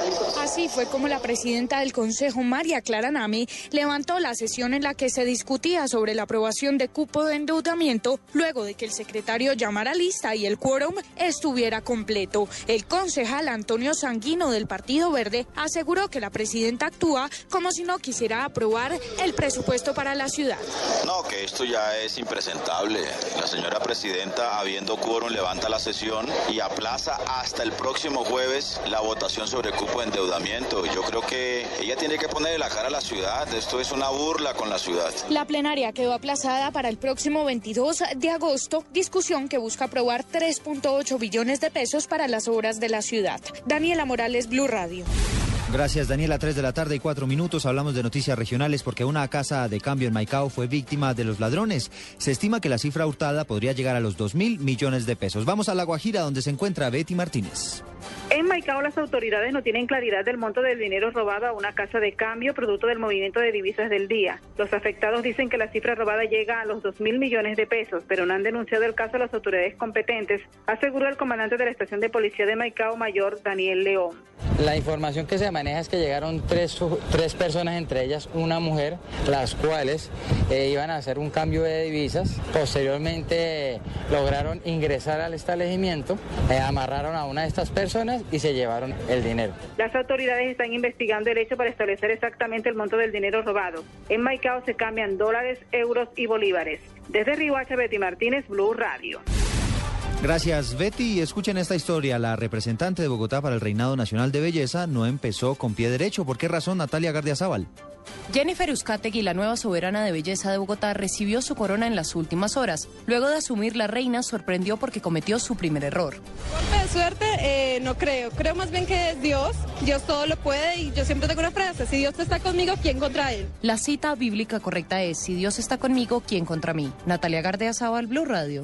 Así fue como la presidenta del Consejo, María Clara Nami, levantó la sesión en la que se discutía sobre la aprobación de cupo de endeudamiento luego de que el secretario llamara lista y el quórum estuviera completo. El concejal Antonio Sanguino del Partido Verde aseguró que la presidenta actúa como si no quisiera aprobar el presupuesto para la ciudad.
No, que esto ya es impresentable. La señora presidenta, habiendo quórum, levanta la sesión y aplaza hasta el próximo jueves la votación sobre el cupo de endeudamiento. Yo creo que ella tiene que ponerle la cara a la ciudad. Esto es una burla con la ciudad.
La plenaria quedó aplazada para el próximo 22 de agosto, discusión que busca aprobar 3.8 billones de pesos para las obras de la ciudad. Daniela Morales, Blue Radio.
Gracias Daniela, 3 de la tarde y 4 minutos hablamos de noticias regionales porque una casa de cambio en Maicao fue víctima de los ladrones. Se estima que la cifra hurtada podría llegar a los 2 mil millones de pesos. Vamos a La Guajira donde se encuentra Betty Martínez.
En Maicao las autoridades no tienen claridad del monto del dinero robado a una casa de cambio producto del movimiento de divisas del día. Los afectados dicen que la cifra robada llega a los 2 mil millones de pesos, pero no han denunciado el caso a las autoridades competentes, aseguró el comandante de la estación de policía de Maicao Mayor, Daniel León.
La información que se maneja es que llegaron tres, tres personas, entre ellas una mujer, las cuales eh, iban a hacer un cambio de divisas. Posteriormente eh, lograron ingresar al establecimiento, eh, amarraron a una de estas personas y se llevaron el dinero.
Las autoridades están investigando el hecho para establecer exactamente el monto del dinero robado. En Maicao se cambian dólares, euros y bolívares. Desde Rihuacha, Betty Martínez, Blue Radio.
Gracias Betty. Escuchen esta historia. La representante de Bogotá para el Reinado Nacional de Belleza no empezó con pie derecho. ¿Por qué razón Natalia Gardiazabal?
Jennifer Uzcategui, la nueva soberana de belleza de Bogotá, recibió su corona en las últimas horas. Luego de asumir la reina, sorprendió porque cometió su primer error.
Golpe de suerte, eh, no creo. Creo más bien que es Dios. Dios todo lo puede y yo siempre tengo una frase, si Dios está conmigo, ¿quién contra él?
La cita bíblica correcta es, si Dios está conmigo, ¿quién contra mí? Natalia Gardiazabal, Blue Radio.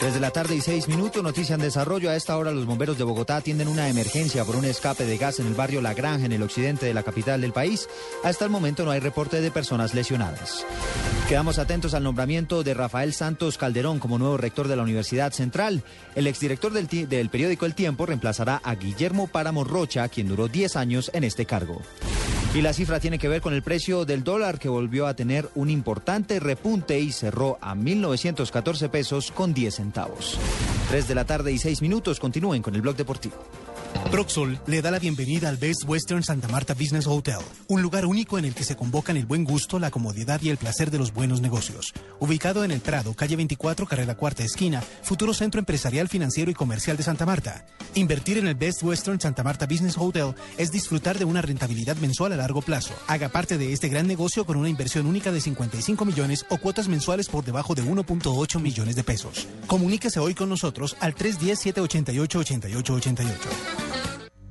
3 de la tarde y 6 minutos, noticia en desarrollo. A esta hora los bomberos de Bogotá atienden una emergencia por un escape de gas en el barrio La Granja, en el occidente de la capital del país. Hasta el momento no hay reporte de personas lesionadas. Quedamos atentos al nombramiento de Rafael Santos Calderón como nuevo rector de la Universidad Central. El exdirector del, ti- del periódico El Tiempo reemplazará a Guillermo Páramo Rocha, quien duró 10 años en este cargo. Y la cifra tiene que ver con el precio del dólar que volvió a tener un importante repunte y cerró a 1.914 pesos con 10 centavos. 3 de la tarde y 6 minutos continúen con el blog deportivo.
Proxol le da la bienvenida al Best Western Santa Marta Business Hotel, un lugar único en el que se convocan el buen gusto, la comodidad y el placer de los buenos negocios. Ubicado en el Prado, calle 24, carrera cuarta esquina, futuro centro empresarial, financiero y comercial de Santa Marta. Invertir en el Best Western Santa Marta Business Hotel es disfrutar de una rentabilidad mensual a largo plazo. Haga parte de este gran negocio con una inversión única de 55 millones o cuotas mensuales por debajo de 1.8 millones de pesos. Comuníquese hoy con nosotros al 310-788-8888.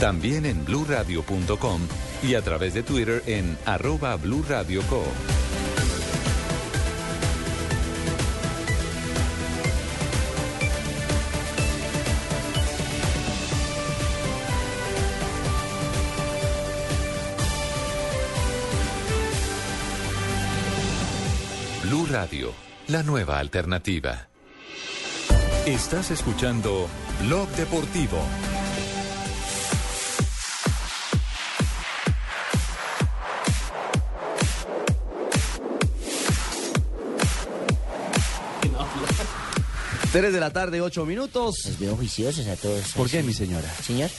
También en bluradio.com y a través de Twitter en arroba bluradioco. Blue Radio, la nueva alternativa. Estás escuchando Blog Deportivo.
Tres de la tarde, ocho minutos.
Los veo juiciosos a todos.
¿Por qué, mi
señora? Señor.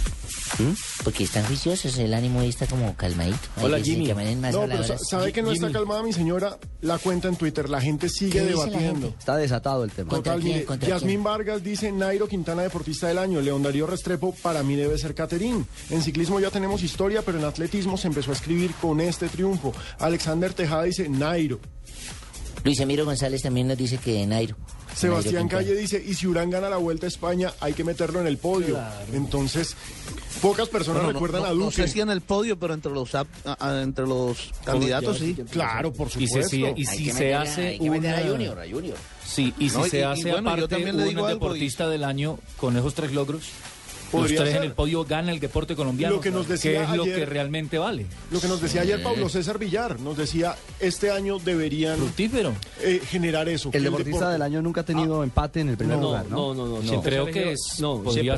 Porque están juiciosos, el ánimo ahí está como calmadito. Hay
Hola,
veces
Jimmy.
que amanecen más
no,
a la
pero
hora.
sa- ¿sabe
Sí,
que no está
Jimmy.
calmada mi señora? La cuenta en Twitter, la gente sigue
¿Qué dice la
debatiendo.
gente?
Está desatado el tema.
Total, mire,
contra
Yasmín
quién?
Vargas dice Nairo Quintana Deportista del Año, León Darío Restrepo para mí debe ser Caterín. En ciclismo ya tenemos historia, pero en atletismo se empezó a escribir con este triunfo. Alexander Tejada dice Nairo.
Luis Emiro González también nos dice que Nairo.
Sebastián
Nairo Quintana.
Calle dice, y si Urán gana la Vuelta a España, hay que meterlo en el podio. Entonces, pocas personas
Bueno, no-
recuerdan
no-
a Duque.
No sé si en el podio, pero entre los, ap- a- a- entre los candidatos sí.
Claro, por
Y se-
supuesto.
sí, y Hay si que se meter a- hace hay que meter a una- Junior, a Junior.
Sí, y si
No, y-
se
y
hace
bueno, yo
aparte
también
un
le digo algo,
deportista del año con esos tres logros, los
Podría
tres en
ser.
el podio gana el deporte colombiano,
Lo que nos decía
es lo
ayer-
que realmente vale.
Lo que nos decía ayer
Sí.
Pablo César Villar, nos decía, este año deberían eh, generar eso.
El
que
deportista
deporte-
del año nunca ha tenido empate en el primer lugar, ¿no?
Creo que es- podría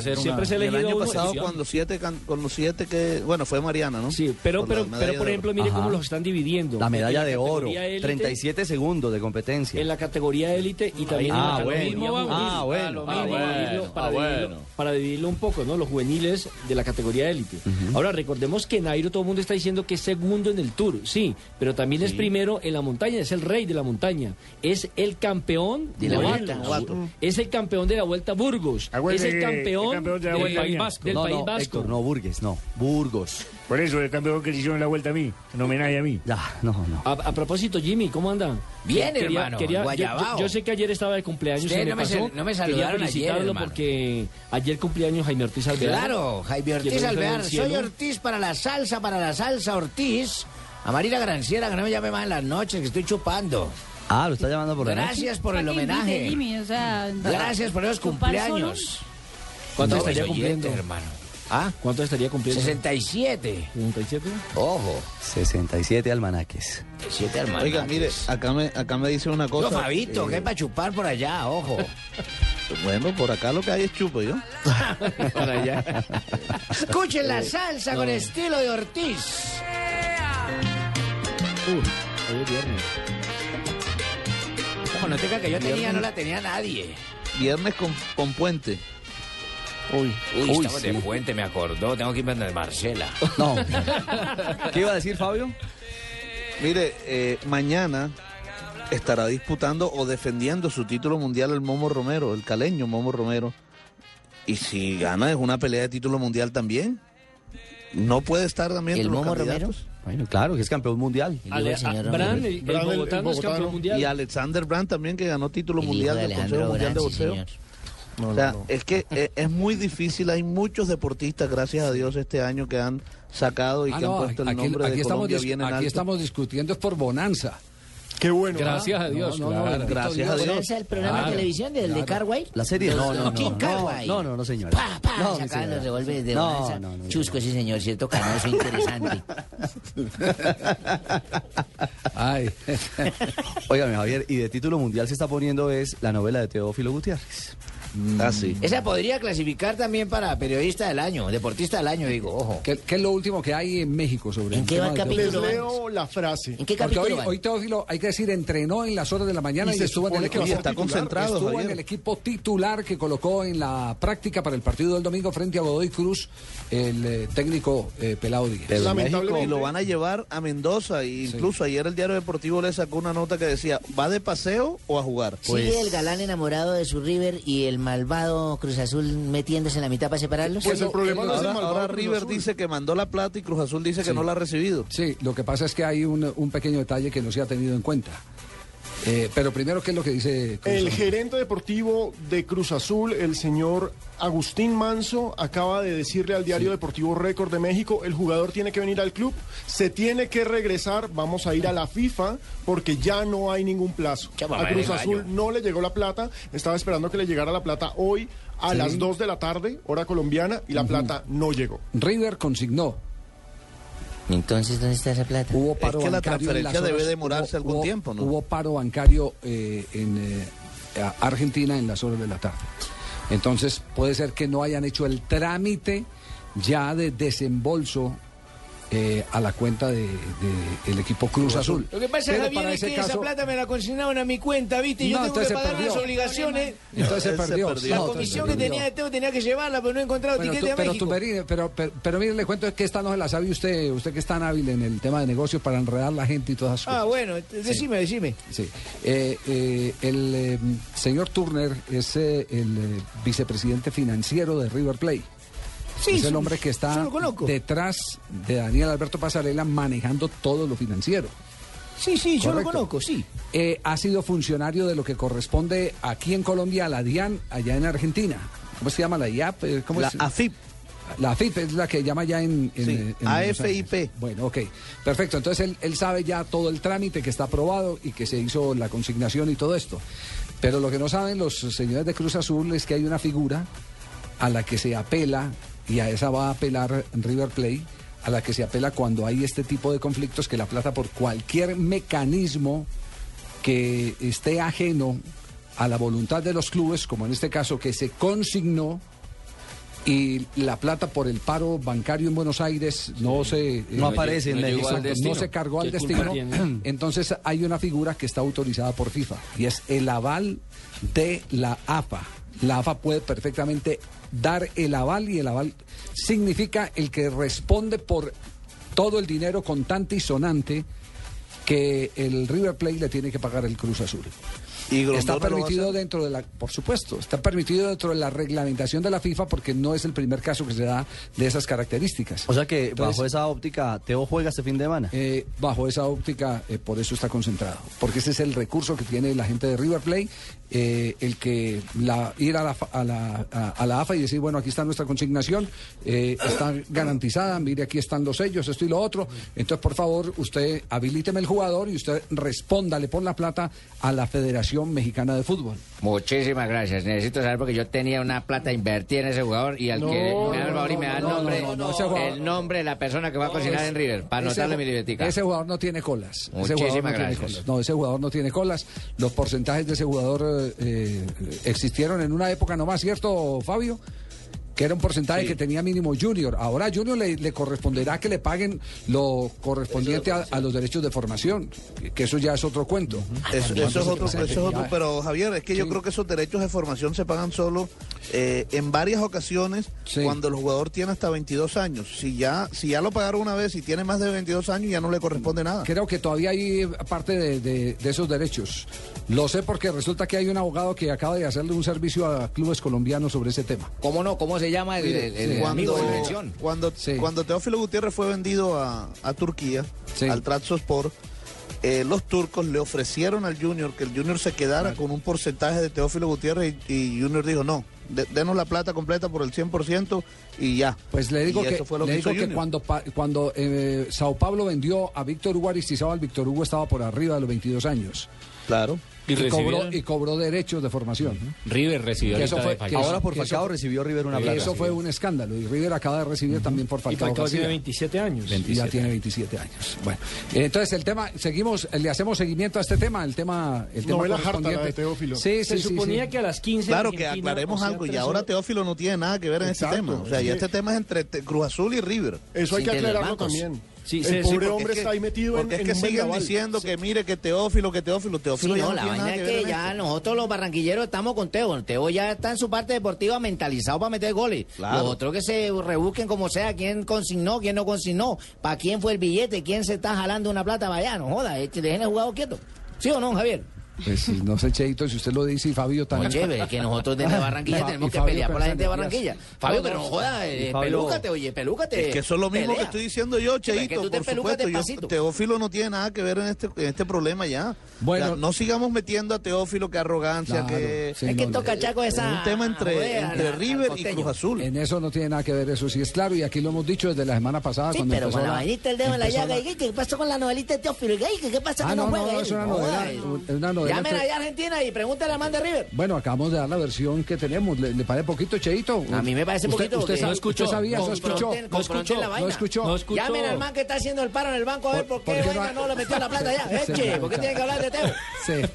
siempre,
ser una-
siempre se
El
ha elegido
año
uno-
pasado,
sí, con los siete can- con los siete que bueno fue Mariana, ¿no? Sí,
Pero, pero, pero por ejemplo, mire cómo los están dividiendo.
La medalla
En
de oro,
categoría élite,
37 segundos de competencia.
En la categoría élite y también
Ah,
en la
bueno.
categoría juvenil.
Ah, bueno,
A lo
ah,
mínimo,
bueno,
para dividirlo- para
ah,
dividirlo-
bueno.
Para dividirlo un poco, ¿no? Los juveniles de la categoría élite. Ahora, recordemos que Nairo todo el mundo está diciendo que es segundo en el Tour, sí, pero también es
Sí.
primero en la montaña, es el rey de la montaña. Es el campeón
De la
novato,
vuelta.
novato. Es el campeón de la Vuelta a Burgos.
Acuérdese
es el
que-
campeón,
el campeón de la
del
Vuelta
País
mía.
Vasco. Del
no,
País
no,
Vasco.
Héctor, no Burgues, no. Burgos.
Por eso, el campeón que le hicieron la vuelta a mí, en homenaje a mí.
no, no.
A, a propósito, Jimmy, ¿cómo anda?
Bien,
Quería-
hermano,
quería- yo,
guayabao.
yo- yo sé que ayer estaba de cumpleaños.
Ustedes
se me
no me
pasó.
sal- no me
Quería
saludaron ayer,
felicitarlo
hermano.
porque ayer cumpleaños Jaime Ortiz Alvear.
Claro, Jaime Ortiz
Llegó el
Alvear.
del cielo.
Soy Ortiz para la salsa, para la salsa Ortiz. A Marina Granciera, que no me llame más en las noches, que estoy chupando.
Ah, lo está llamando por la
Gracias
noche?
por el
Para que invite,
homenaje.
Jimmy, o sea,
Gracias por los
¿chupar solo?
cumpleaños.
¿Cuánto
No,
estaría
pues,
cumpliendo?
oyente, hermano. ¿Ah?
¿Cuánto estaría cumpliendo?
67.
¿67?
Ojo.
67 almanaques.
Oiga, mire, acá me, acá me dice una cosa.
No, Fabito,
eh,
que es para chupar por allá, ojo.
Bueno, por acá lo que hay es chupo, ¿yo?
Para allá.
Escuchen la
Eh,
salsa
no.
con estilo de Ortiz.
Uh, hoy es viernes.
La fonoteca que yo tenía no la tenía nadie.
Viernes con, con puente.
Uy, Uy, estamos
sí.
de puente, me acordó. Tengo que irme de Marcela.
No. ¿Qué iba a decir Fabio?
Mire, eh, mañana estará disputando o defendiendo su título mundial el Momo Romero, el caleño Momo Romero. Y si gana es una pelea de título mundial también. No puede estar también entre los candidatos.
Bueno, claro, que es campeón mundial.
Ale- a- Bran, el- el
Bran,
bogotano es campeón
bogotano.
mundial. Y Alexander Brand también, que ganó título
El
mundial
hijo
del
de
Consejo Mundial de
Alejandro Brand, sí,
Boxeo. o sea, es que eh, es muy difícil. Hay muchos deportistas, gracias a Dios, este año que han sacado y
Ah,
que
no,
han puesto el
aquí,
nombre
aquí
de
estamos
Colombia
dis-
bien en
aquí
alto.
estamos discutiendo es por bonanza.
Qué bueno. ¿ah?
Gracias a Dios, claro.
gracias a Dios.
Bonanza, el programa
Claro,
de televisión del de Carway.
La serie, no, no, no.
King
No,
Carway.
no, no, no, señora.
Pa, pa,
No, mi
sacaban
señora.
los revólveres de
No,
Bonanza.
no,
Chusco, sí, señor, cierto canoso, interesante.
Ay. Óigame, Javier, y de título mundial se está poniendo es la novela de Teófilo Gutiérrez.
Ah, sí.
Esa podría clasificar también para periodista del año, deportista del año, digo, ojo.
¿Qué, qué es lo último que hay en México sobre el
qué
tema
va
del
el
teófilo?
capítulo?
Les
leo
la frase.
¿En qué
Porque
capítulo
hoy,
van?
hoy Teófilo, hay que decir, entrenó en las horas de la mañana
Y
y,
se
estuvo en el
supone que
equipo
va a ser
titular,
concentrado,
Estuvo
Javier.
en el equipo titular que colocó en la práctica para el partido del domingo frente a Godoy Cruz el eh, técnico eh, Pelado Díaz.
Pero México lo van a llevar a Mendoza. E incluso ayer el diario deportivo le sacó una nota que decía, ¿va de paseo o a jugar?
Pues,
Pues
¿Sigue el galán enamorado de su River y el malvado Cruz Azul metiéndose en la mitad para separarlos?
pues
ahora, ahora River dice que mandó la plata y Cruz Azul dice que
Sí.
no la ha recibido.
Sí, lo que pasa es que hay un, un pequeño detalle que no se ha tenido en cuenta. Eh, pero primero, ¿qué es lo que dice Cruz
El
Azul?
gerente deportivo de Cruz Azul, el señor Agustín Manso, acaba de decirle al diario Deportivo Récord de México, el jugador tiene que venir al club, se tiene que regresar, vamos a ir a la FIFA porque ya no hay ningún plazo. A
mamá de
Cruz
gallo.
Azul no le llegó la plata, estaba esperando que le llegara la plata hoy a
Sí.
las 2 de la tarde, hora colombiana, y la plata no llegó.
River consignó.
eh,
Entonces, ¿dónde está esa plata?
Hubo paro
Es que la
bancario en las
transferencia debe
horas-
demorarse algún
hubo-
tiempo, ¿no?
Hubo paro bancario eh, en eh, a- Argentina en las horas de la tarde. Entonces, puede ser que no hayan hecho el trámite ya de desembolso eh, a la cuenta del de, el equipo Cruz Azul.
Lo que pasa,
Pero
Javier,
para
es
ese
que esa
caso-
plata me la consignaron a mi cuenta, ¿viste? Y Yo
No,
tengo que
entonces se
pagar unas
perdió.
obligaciones.
Entonces se
La
perdió. No,
comisión
entonces
que
se perdió.
tenía de Teo tenía que llevarla, pero no he encontrado
Bueno,
tiquete
tú-
a
pero,
México.
Tumberini, pero, pero, pero mire, le cuento es que esta no se la sabe usted, usted que es tan hábil en el tema de negocios para enredar la gente y todas esas cosas.
Ah, bueno, t- decime, decime.
Sí. Eh, eh, el eh, señor Turner es eh, el eh, vicepresidente financiero de River Plate.
Sí,
es el
yo-
hombre que
yo
está
lo conozco.
detrás de Daniel Alberto Pasarela manejando todo lo financiero.
Sí, sí, yo lo
Correcto.
conozco, sí.
Eh, ha sido funcionario de lo que corresponde aquí en Colombia a la DIAN, allá en Argentina. ¿Cómo se llama la IAP? Eh, ¿Cómo
La
es?
AFIP.
La AFIP es la que llama ya en... en,
Sí,
eh, en Buenos
AFIP.
Aires. Bueno, ok. Perfecto. Entonces él, él sabe ya todo el trámite que está aprobado y que se hizo la consignación y todo esto. Pero lo que no saben los señores de Cruz Azul es que hay una figura a la que se apela, y a esa va a apelar River Plate, a la que se apela cuando hay este tipo de conflictos, que la plata por cualquier mecanismo que esté ajeno a la voluntad de los clubes, como en este caso que se consignó, y la plata por el paro bancario en Buenos Aires no se eh,
No aparece en
no
México.
llegó al
Exacto,
destino. no se cargó al
¿Qué culpa
destino
tiene?
entonces hay una figura que está autorizada por FIFA y es el aval de la AFA la AFA puede perfectamente dar el aval y el aval significa el que responde por todo el dinero contante y sonante que el River Plate le tiene que pagar el Cruz Azul.
Y Grondona
está
lo va a
permitido dentro de la, por supuesto, está permitido dentro de la reglamentación de la FIFA porque no es el primer caso que se da de esas características.
O sea que
Entonces,
bajo esa óptica, Teo juega este fin de semana.
eh, bajo esa óptica, eh, por eso está concentrado, porque ese es el recurso que tiene la gente de River Plate, eh, el que la, ir a la, fa- a, la, a- a la AFA y decir, bueno, aquí está nuestra consignación, eh, está garantizada, mire, aquí están los sellos, esto y lo otro, entonces por favor, usted habilíteme el jugador y usted respóndale por la plata a la Federación Mexicana de Fútbol.
Muchísimas gracias. Necesito saber porque yo tenía una plata invertida en ese jugador y al
No,
que me da
no,
el favor y me da el
no, no,
nombre,
no, no, ese jugador-
el nombre de la persona que va a cocinar
ese-
en River para
ese
anotarle
ju-
mi libretica.
Ese jugador no tiene colas. Ese
Muchísimas
jugador no tiene
gracias.
colas. No, ese jugador no tiene colas. Los porcentajes de ese jugador eh, eh, existieron en una época nomás, ¿cierto, Fabio? que era un porcentaje que tenía mínimo Junior. Ahora a Junior le, le corresponderá que le paguen lo correspondiente a, a los derechos de formación, que- que eso ya es otro cuento. Ah,
Eso, eso
Cuando
es
se
otro, eso
presente.
es otro,
Ya-
pero Javier, es que yo creo que esos derechos de formación se pagan solo eh, en varias ocasiones cuando el jugador tiene hasta 22 años. Si ya, si ya lo pagaron una vez y tiene más de 22 años, ya no le corresponde nada.
Creo que todavía hay parte de, de- de esos derechos. Lo sé porque resulta que hay un abogado que acaba de hacerle un servicio a clubes colombianos sobre ese tema.
¿Cómo no? ¿Cómo se llama el, el- el amigo
cuando,
de la elección?
cuando, cuando Teófilo Gutiérrez fue vendido a, a Turquía, al Trabzonspor, eh, los turcos le ofrecieron al Junior que el Junior se quedara con un porcentaje de Teófilo Gutiérrez y, y Junior dijo no. de- denos la plata completa por el 100% y ya.
Pues le digo
Y
que,
eso fue lo
le
que
digo
hizo
que
Junior.
cuando, pa- cuando eh, Sao Paulo vendió a Víctor Hugo Aristizábal, Víctor Hugo estaba por arriba de los 22 años.
Claro.
Y,
Y
cobró,
recibieron-
y cobró derechos de formación.
River recibió
Que
ahorita de Falcao.
que que eso- que Eso fue un escándalo. Y River acaba de recibir también por
Y
Falcao.
Falcao tiene
García.
27 años.
Y Ya tiene 27 años. Bueno, entonces el tema, seguimos, eh, le hacemos seguimiento a este tema, el tema, el tema
Novela harta
correspondiente.
la de Teófilo.
Sí,
Se
sí, sí,
suponía
sí.
que a las 15
Claro,
Argentina,
que aclaremos
o sea,
algo. Y
tres
ahora
horas-
Teófilo no tiene nada que ver en este
Exacto,
tema. O sea,
es
ya
que-
este tema es entre te- Cruz Azul y River.
Eso hay que aclararlo también. el pobre hombre está ahí metido en,
Porque
en
es que
un
siguen
vendaval.
diciendo que mire que Teófilo, que Teófilo,
Sí,
Teófilo ya
no,
no
la
tiene nada
vaina es
que ver
que
en
ya
esto.
nosotros los barranquilleros estamos con Teo. Teo ya está en su parte deportiva mentalizado para meter goles.
Claro.
Los otros que se rebusquen como sea, quién consignó, quién no consignó, para quién fue el billete, quién se está jalando una plata para allá. No joda, eh, que dejen el jugador quieto. ¿Sí o no, Javier?
Pues sí, no sé, Cheito, si usted lo dice y Fabio también.
Oye, ve que nosotros desde Barranquilla tenemos que pelear por la gente de Barranquilla. Fabio, pero no joda, eh, pelúcate, oye, pelúcate.
Es que eso es lo mismo
pelea.
que estoy diciendo yo,
Pero es que
Cheito,
tú te
por
pelucas
supuesto. yo-
despacito.
Teófilo no tiene nada que ver en este, en este problema ya. Bueno, no sigamos metiendo a Teófilo que arrogancia,
Claro,
que...
sí, Es que no, no. toca,
Chaco,
Es
esa-
un tema entre,
joder, a-
entre
al
River y
costeño.
Cruz Azul.
En eso no tiene nada que ver, eso sí es claro, y aquí lo hemos dicho desde la semana pasada.
Sí,
Ah, cuando
pero
empezó
con la vainita el dedo en la
empezó
llaga. ¿Y qué- ¿Qué pasó con la novelita de Teófilo? ¿Y ¿Qué, qué pasa que no,
Ah, no, no,
juega
no,
él?
es una
Joda,
novela.
eh.
Es una novela
Llamen
entre-
allá a Argentina y pregúntale al man de River.
Bueno, acabamos de dar la versión que tenemos. ¿Le, le parece poquito, Cheito?
A mí me parece
Usted-
poquito.
Usted,
porque-
sa- usted sabía, no escuchó.
Confronten- confronten la vaina.
no escuchó.
Llamen al man que está haciendo el paro en el banco a ver por, qué
¿por qué no
vaina no,
ha-
le metió la plata ya.
Sí,
Eche, ¿por qué
claro.
tienen que hablar de Teo?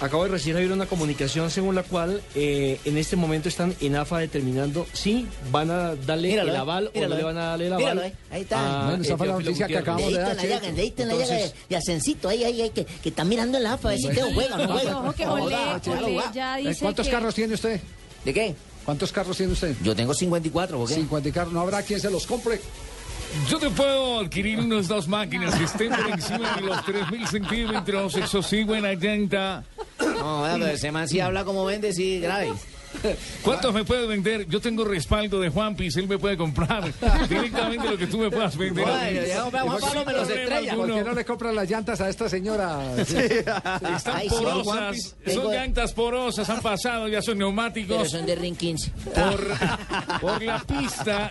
Acabo de recibir ayer una comunicación según la cual eh, en este momento están en AFA determinando si van a darle
Míralo,
el
eh,
aval o
míralo,
no le
eh.
van a darle el aval.
Míralo, eh, ahí está.
a,
Bueno,
esa fue la
eh, Teófilo
noticia que
Gutiérrez.
acabamos
Dedito en la llaga, dedito en la llaga. eh, Y Asencito ahí, ahí, ahí, que, que está mirando el AFA a ver si Teo juega o no juega.
Ojo que Olé, Olé ya dice
Eh, ¿Cuántos
que-
carros tiene usted?
¿De qué?
¿Cuántos carros tiene usted?
Yo tengo 54, ¿por qué?
50 carros, no habrá quien se los compre.
Yo te puedo adquirir unas dos máquinas que estén por encima de los 3.000 centímetros, eso sí, buena llanta.
No, vea, pero ese man sí habla como vende, sí, grave.
¿Cuántos me puedes vender? Yo tengo respaldo de Juan Pis, él me puede comprar directamente lo que tú me puedas vender.
Bueno, ya, Juan Pablo
Sin
me los
problema
estrella.
¿Por
alguno.
qué no le compran las llantas a esta señora?
Están
Ay, Ah, sí, Juan Pis,
porosas,
tengo-
son llantas porosas, han pasado, ya son
Pero
neumáticos
son de Ring 15.
por, por la pista.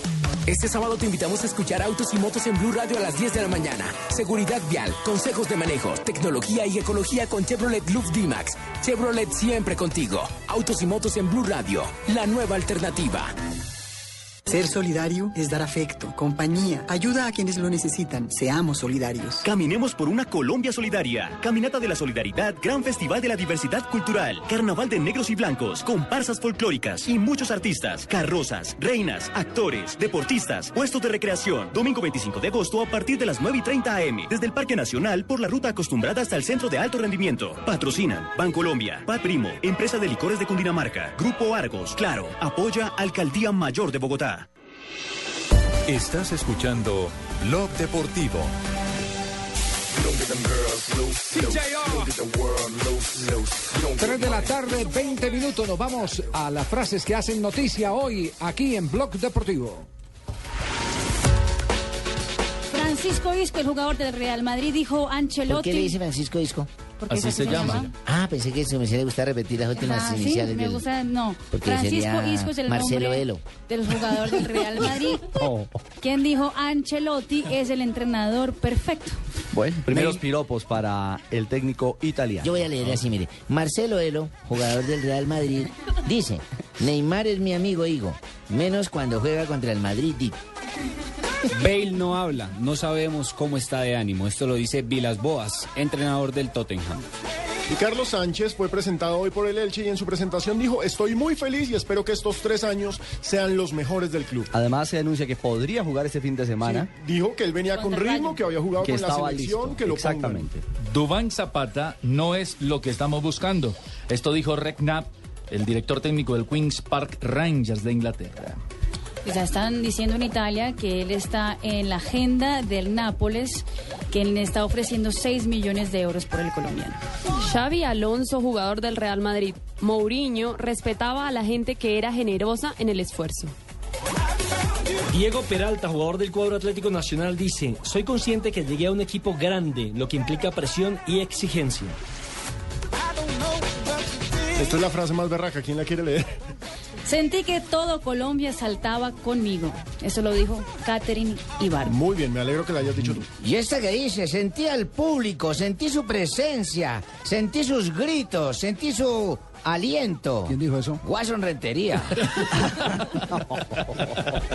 Este sábado te invitamos a escuchar Autos y Motos en Blue Radio a las 10 de la mañana. Seguridad vial, consejos de manejo, tecnología y ecología con Chevrolet Luz D-Max. Chevrolet siempre contigo. Autos y Motos en Blue Radio, la nueva alternativa.
Ser solidario es dar afecto, compañía, ayuda a quienes lo necesitan. Seamos solidarios.
Caminemos por una Colombia solidaria. Caminata de la Solidaridad, Gran Festival de la Diversidad Cultural, Carnaval de Negros y Blancos, comparsas folclóricas y muchos artistas, carrozas, reinas, actores, deportistas, puestos de recreación. Domingo 25 de agosto a partir de las 9 y 30 am, desde el Parque Nacional por la ruta acostumbrada hasta el Centro de Alto Rendimiento. Patrocinan Bancolombia, Pat Primo, Empresa de Licores de Cundinamarca, Grupo Argos, Claro, apoya Alcaldía Mayor de Bogotá.
Estás escuchando Blog Deportivo.
Tres de la tarde, 20 minutos. Nos vamos a las frases que hacen noticia hoy aquí en Blog Deportivo.
Francisco Isco, el jugador del Real Madrid, dijo a
¿Por qué le
Ancelotti.
dice Francisco Disco?
porque es
Ah, pensé que se me hacía gustar repetir las últimas
Ah, sí,
iniciales
me
del-
gusta, no.
Porque
Francisco
sería
Isco es el
Marcelo
nombre
Elo.
del jugador del Real Madrid,
oh,
quien dijo Ancelotti es el entrenador perfecto.
Bueno, primeros piropos para el técnico italiano.
Yo voy a leer así, mire. Marcelo Elo, jugador del Real Madrid, dice, Neymar es mi amigo Higo, menos cuando juega contra el Madrid. Di-
Bale no habla, no sabemos cómo está de ánimo. Esto lo dice Vilas Boas, entrenador del Tottenham.
Y Carlos Sánchez fue presentado hoy por el Elche y en su presentación dijo, estoy muy feliz y espero que estos tres años sean los mejores del club.
Además se anuncia que podría jugar este fin de semana.
Dijo que él venía con ritmo, que había jugado
Que
con la
estaba
selección,
listo,
que lo pongan.
exactamente.
Dubán Zapata no es lo que estamos buscando. Esto dijo Rek Knapp, el director técnico del Queen's Park Rangers de Inglaterra.
Pues ya están diciendo en Italia que él está en la agenda del Nápoles, que le está ofreciendo 6 millones de euros por el colombiano.
Xavi Alonso, jugador del Real Madrid. Mourinho respetaba a la gente que era generosa en el esfuerzo.
Diego Peralta, jugador del cuadro Atlético Nacional, dice, soy consciente que llegué a un equipo grande, lo que implica presión y exigencia.
Esta es la frase más berraca, ¿quién la quiere leer?
Sentí que todo Colombia saltaba conmigo. Eso lo dijo Catherine Ibarra.
Muy bien, me alegro que la hayas dicho tú.
Y esta que dice, sentí al público, sentí su presencia, sentí sus gritos, sentí su aliento. ¿Quién
dijo eso?
Guasón Rentería.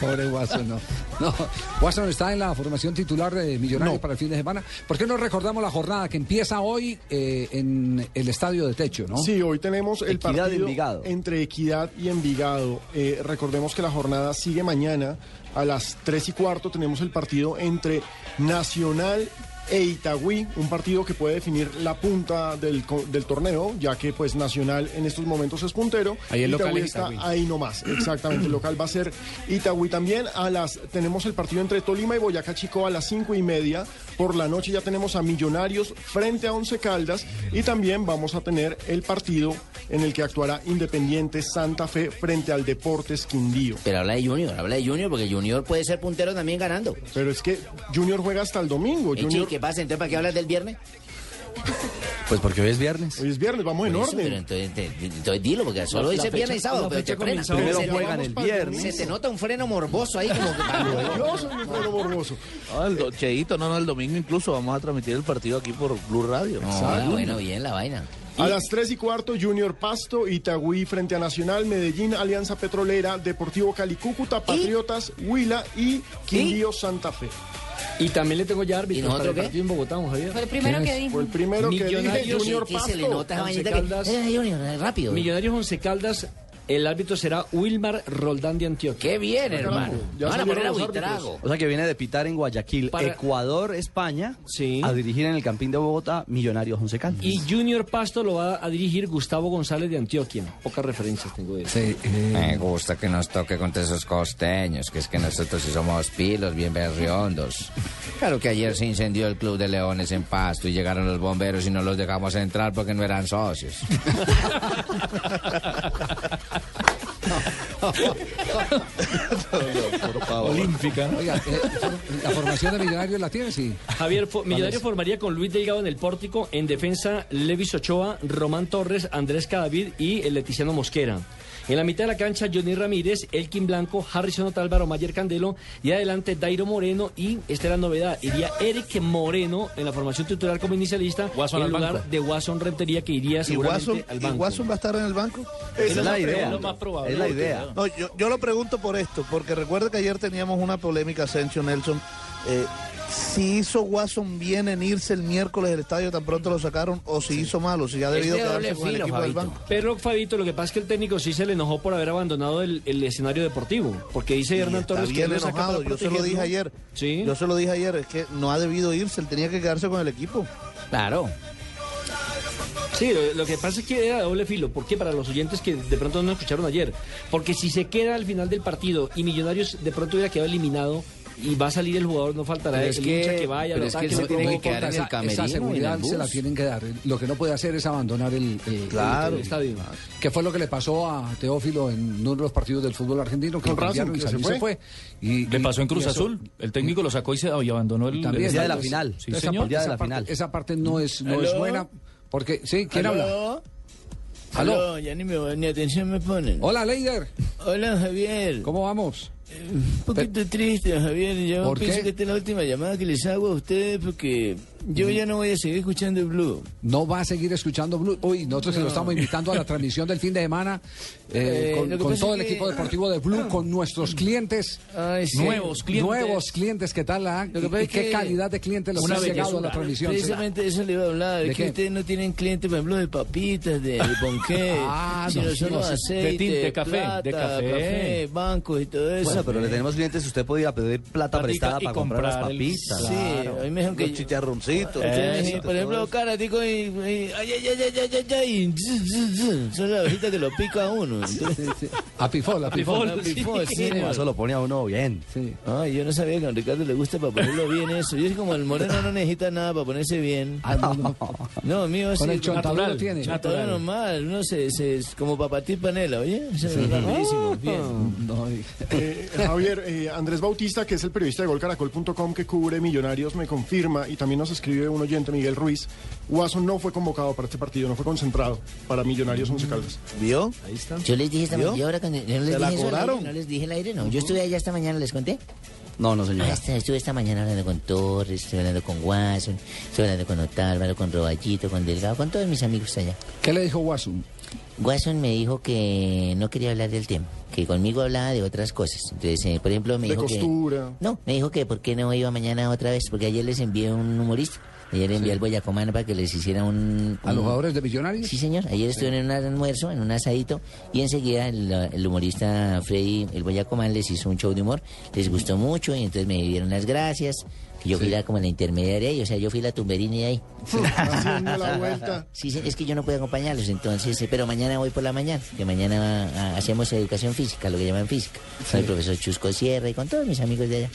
Pobre Watson, no. no. Watson está en la formación titular de Millonarios para el fin de semana. ¿Por qué no recordamos la jornada que empieza hoy eh, en el estadio de techo, no?
Sí, hoy tenemos el
Equidad
partido
Envigado.
entre Equidad y Envigado. Eh, recordemos que la jornada sigue mañana. A las 3 y cuarto tenemos el partido entre Nacional e Itagüí, un partido que puede definir la punta del, co- del torneo, ya que pues Nacional en estos momentos es puntero.
Ahí el local
Itagüí
es
está
Itagüí.
ahí nomás. Exactamente, el local va a ser Itagüí también. A las tenemos el partido entre Tolima y Boyacá Chico a las cinco y media. Por la noche ya tenemos a Millonarios frente a Once Caldas y también vamos a tener el partido en el que actuará Independiente Santa Fe frente al Deportes Quindío.
Pero habla de Junior, habla de Junior, porque Junior puede ser puntero también ganando.
Pero es que Junior juega hasta el domingo.
Eh,
Junior-
sí, ¿qué pasa? Entonces, ¿para qué hablas del viernes?
Pues porque hoy es viernes.
Hoy es viernes, vamos
en orden. Pues, Pero entonces, te- te- entonces dilo, porque solo
La
dice
fecha-
viernes y sábado,
la
pero
fecha
te frena.
comenzó- Primero
Se te-
juegan el viernes.
Se te nota un freno morboso ahí, como que
Yo soy un pueblo morboso.
No, el do- Cheito, no, no, el domingo incluso vamos a transmitir el partido aquí por Blue Radio.
ah, bueno,
bien la vaina.
A las 3 y cuarto, Junior Pasto, Itagüí frente a Nacional, Medellín, Alianza Petrolera, Deportivo Cali Cúcuta, Patriotas, Huila y Quindío Santa Fe.
Y también le tengo ya árbitros para
nosotros
el
qué?
partido en Bogotá, don Javier.
Fue el primero ¿Quién que es? dijo. Fue el primero que dije,
Millonarios,
Junior Sí, que se le Pasto. nota esa
Once
vainita que-
Caldas.
Eh, Junior, rápido.
Millonarios Once Caldas, el árbitro será Wilmar Roldán de Antioquia.
¡Qué bien,
hermano!
Ya Van a poner a Buitrago.
O sea que viene de pitar en Guayaquil,
Para-
Ecuador, España, a dirigir en el Campín de Bogotá Millonarios Once Caldas.
Y Junior Pasto lo va a dirigir Gustavo González de Antioquia. Pocas referencias tengo de él.
Me gusta que nos toque contra esos costeños, que es que nosotros sí somos pilos, bien berriondos. Claro que ayer se incendió el Club de Leones en Pasto y llegaron los bomberos y no los dejamos entrar porque no eran socios.
Olímpica.
Oiga, eh, la formación de Millonarios la tiene, sí.
Javier, fo-
¿Cuál
Millonario
es?
formaría con Luis Delgado en el pórtico, en defensa Levis Ochoa, Román Torres, Andrés Cadavid y el Leticiano Mosquera. En la mitad de la cancha, Johnny Ramírez, Elkin Blanco, Harrison Otálvaro, Mayer Candelo y adelante Dairo Moreno y esta es la novedad, iría Eric Moreno en la formación titular como inicialista
Guasón
en
al
lugar
banco.
de Watson Rentería que iría
¿Y
seguramente
Watson,
al
y
banco.
Watson va a estar en el banco?
Esa es la la idea. pregunta, lo más probable. Es la idea.
No, yo, yo lo pregunto por esto, porque recuerda que ayer teníamos una polémica, Ascension Nelson. eh, si hizo Watson bien en irse el miércoles del estadio tan pronto lo sacaron, o si hizo mal, o si ya ha debido quedarse con el equipo del banco.
Pero Fabito, lo que pasa es que el técnico sí se le enojó por haber abandonado el, el escenario deportivo, porque dice
Y
Hernán
está
Torres que
bien
él lo saca
enojado,
para
yo se lo dije
protegerlo.
ayer.
Sí.
Yo se lo dije ayer, es que no ha debido irse, él tenía que quedarse con el equipo.
Claro.
Sí, lo- lo que pasa es que era de doble filo. ¿Por qué? Para los oyentes que de pronto no escucharon ayer. Porque si se queda al final del partido y Millonarios de pronto hubiera quedado eliminado, y va a salir el jugador, no faltará
Pero
el
es
hincha
que-
que vaya,
pero
al
es
ataque,
que él se
no
tiene
puede
que quedar
faltar.
en el camerino, Esa seguridad se la tienen que dar. Lo que no puede hacer es abandonar el, el-
Claro,
el estadio. Que fue lo que le pasó a Teófilo en uno de los partidos del fútbol argentino que
Con Racing,
lo cambiaron y
que se
salió y se
fue.
fue.
Le pasó en
y
Cruz
eso-
Azul. El técnico lo sacó y, se, y abandonó el.
También
el
ya
estadio. Sí,
esa,
señor.
parte- esa parte, Esa parte no es, no es
¿Aló?
buena. Porque, sí, ¿quién
¿Aló?
habla?
¿Aló?
¿Aló?
ya ni, me, ni atención me ponen.
Hola, Leider.
Hola, Javier. Eh,
¿Cómo vamos?
Un poquito triste, Javier. Yo
¿Por
pienso
qué?
que esta es la última llamada que les hago a ustedes porque yo ya no voy a seguir escuchando el Blue.
Mm. No va a seguir escuchando Blue. Uy, nosotros se lo
No.
estamos invitando a la transmisión del fin de semana eh,
Eh,
con,
lo que
con
pasa
todo
es
el
que-
equipo deportivo de Blue, con nuestros clientes.
Ay, sí. Nuevos clientes.
Nuevos clientes, ¿qué tal? La,
Lo que pasa
y
es
qué
que-
calidad de clientes los
Una
ha llegado a la
bellezura.
transmisión. sí.
Precisamente eso le iba a hablar.
¿De
Es que
qué?
ustedes no tienen clientes, por ejemplo, de papitas, de, de ponqué,
Ah,
sino
no,
solo
no, sí. De
aceite,
tin- de
café,
plata,
de café.
bancos y todo eso.
Bueno, pero le tenemos clientes, usted podía pedir plata
Platica
prestada
y
para comprar las
comprar el-
papitas.
Sí, a mí me dijeron que Eh,
Los chicharroncitos.
Ustedes, por ejemplo, cara, digo, y, y- ay, ay, ay, ay, ay, ay, ay, zzz, zzz, zzz. son las hojitas que lo pica a uno. Entonces,
Apifol,
apifol. Apifol, sí,
No,
hermano.
Eso lo pone a uno bien.
Ay, yo no sabía que a don Ricardo le gusta para ponerlo bien eso. Yo es como el moreno no necesita nada para ponerse bien. No, mío
Ah, Con
sí,
el chontaduro
natural,
tiene.
chontaduro
Natural.
normal, uno se, se, es como para partir panela, oye. Eso es
Sí.
rapidísimo, bien.
Eh, Javier, eh, Andrés Bautista, que es el periodista de golcaracol.com que cubre Millonarios, me confirma y también nos escribe un oyente, Miguel Ruiz. Watson no fue convocado para este partido, no fue concentrado para Millonarios Once Caldas.
¿Vio?
Ahí está.
Yo les dije esta
¿Vio?
mañana, yo ahora cuando- yo no
¿Se
les
la
dije eso al aire,
cobraron?
no les dije el aire, no. Yo estuve allá esta mañana, ¿les conté?
No, no, señor.
Ah, esta- estuve esta mañana hablando con Torres, estuve hablando con Watson, estuve hablando con Otálvaro, con Roballito, con Delgado, con todos mis amigos allá.
¿Qué le dijo Watson?
Watson me dijo que no quería hablar del tema, que conmigo hablaba de otras cosas. Entonces, eh, por ejemplo, me
De
dijo
costura.
que... No, me dijo que por qué no iba mañana otra vez, pues, porque ayer les envié un humorista. Ayer le envié al Boyacomano para que les hiciera un...
¿A los
un-
jugadores de Millonarios?
Sí, señor. Ayer estuve en un almuerzo, en un asadito, y enseguida el, el humorista Freddy, el Boyacomán, les hizo un show de humor. Les gustó mucho y entonces me dieron las gracias. que Yo fui la, como la intermediaria ahí, o sea, yo fui la tumberina de ahí.
Haciendo la vuelta.
Sí, sí, es que yo no puedo acompañarlos, entonces, eh, pero mañana voy por la mañana, que mañana ah, hacemos educación física, lo que llaman física. Con el profesor Chusco Sierra y con todos mis amigos de allá.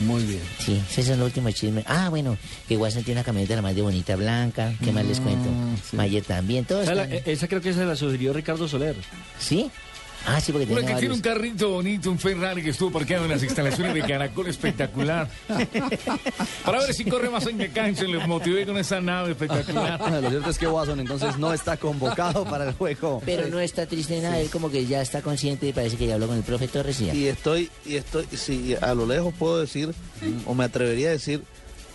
Muy bien.
Sí, esos son los últimos chismes. Ah, bueno, que Watson tiene una camioneta la más de bonita blanca, ¿qué más les cuento?
Mm,
Mayer también,
O
todos.
sea, la- e,
están-
esa creo que se la sugirió Ricardo Soler.
¿Sí? Ah, sí, porque tiene
Una que tiene
varios.
un carrito bonito, un Ferrari que estuvo parqueado en las instalaciones de Caracol espectacular. Para ver si corre más en la cancha, les motivé con esa nave espectacular.
Lo cierto es que Watson entonces no está convocado para el juego.
Pero no está triste de nada, él como que ya está consciente y parece que ya habló con el profe Torres y ya.
Y estoy, y estoy, si a lo lejos puedo decir, o me atrevería a decir,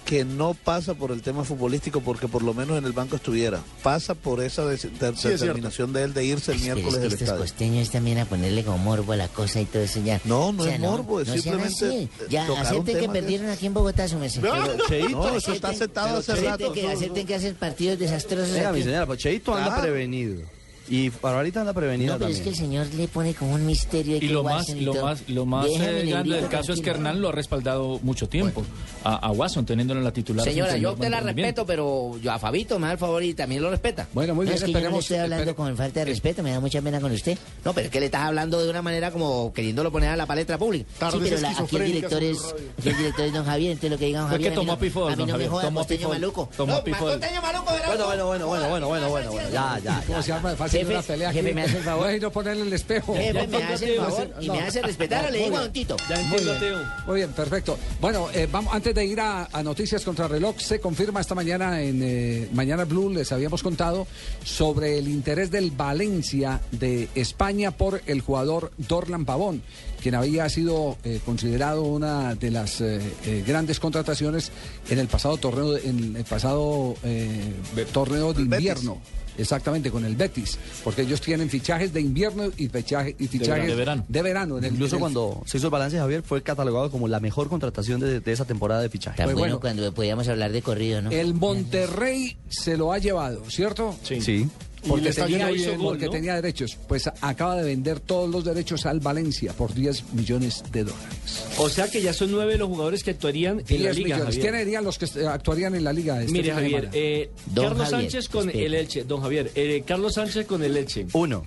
que no pasa por el tema futbolístico, porque por lo menos en el banco estuviera. Pasa por esa des- de-
Sí, es cierto.
determinación de él de irse
Pero
el
es
miércoles
que
del
estos
estadio.
costeños también a ponerle como morbo a la cosa y todo eso ya.
No, no
O sea,
es morbo, es
sean así.
simplemente, eh,
Ya,
tocar un
acepten que
tema que-
perdieron aquí en Bogotá su mes.
Pero, Cheito, eso
acepten-
está aceptado
pero
hace
acepten
rato.
Que, acepten que hacen partidos desastrosos.
Venga,
aquí.
mi señora, pues Cheito anda
Claro.
prevenido. Y Barbarita anda prevenida
No, pues, pero es
también.
que el señor le pone como un misterio.
Y lo más, lo más, lo más eh, grande del caso es que Hernán lo ha respaldado mucho tiempo a, a Watson, teniéndolo en la titular.
Señora,
sin
yo a
tener
usted la
mantenimiento.
respeto, pero yo a Fabito me da el favor y también lo respeta.
Bueno,
no, es que yo no le estoy hablando con falta de respeto, me da mucha pena con usted.
No, pero es que le estás hablando de una manera como queriéndolo poner a la palestra pública.
Sí, pero la- aquí el director es, aquí el director es don Javier, entonces lo que digan
Fue
Javier.
que
a mí no-
tomó pifol,
A
don
mí no me
Javier,
joda,
tomó
costeño
pifol.
maluco.
Tomó
No,
pifol.
costeño maluco, verá.
Bueno, bueno, bueno, bueno, bueno, bueno, bueno, bueno. Ya, ya,
¿Cómo
ya.
se llama de fácil
Jefe,
una pelea aquí?
jefe, me hace el favor.
No es ir a ponerle el espejo.
Jefe, me hace el favor y me hace respetar, le digo a don Tito. Ya
Muy
entiendo,
bien, muy bien, perfecto. Bueno, eh, vamos, antes de ir a, a Noticias contra Reloj, se confirma esta mañana en eh, Mañana Blue, les habíamos contado sobre el interés del Valencia de España por el jugador Dorlan Pavón, quien había sido eh, considerado una de las eh, eh, grandes contrataciones en el pasado torneo, de- en el pasado eh, torneo de invierno. Exactamente, con el Betis, porque ellos tienen fichajes de invierno y, fichaje- y fichajes
verano. De verano.
De verano en el-
Incluso
en el-
cuando se hizo el balance, Javier, fue catalogado como la mejor contratación de, de esa temporada de fichaje.
Tan bueno cuando podíamos hablar de corrido, ¿no?
El Monterrey se lo ha llevado, ¿cierto?
Sí.
Porque,
Y le está
tenía,
yendo bien,
porque
¿no?
tenía derechos. Pues a- acaba de vender todos los derechos al Valencia por 10 millones de dólares.
O sea que ya son nueve los jugadores que actuarían en la liga.
10 millones.
Javier.
¿Quiénes serían los que eh, actuarían en la liga? este
Mire,
fin de
Javier,
semana?
eh,
Don
Carlos
Javier,
Sánchez con
espere.
el Elche. Don Javier, eh, Carlos Sánchez con el Elche.
Uno.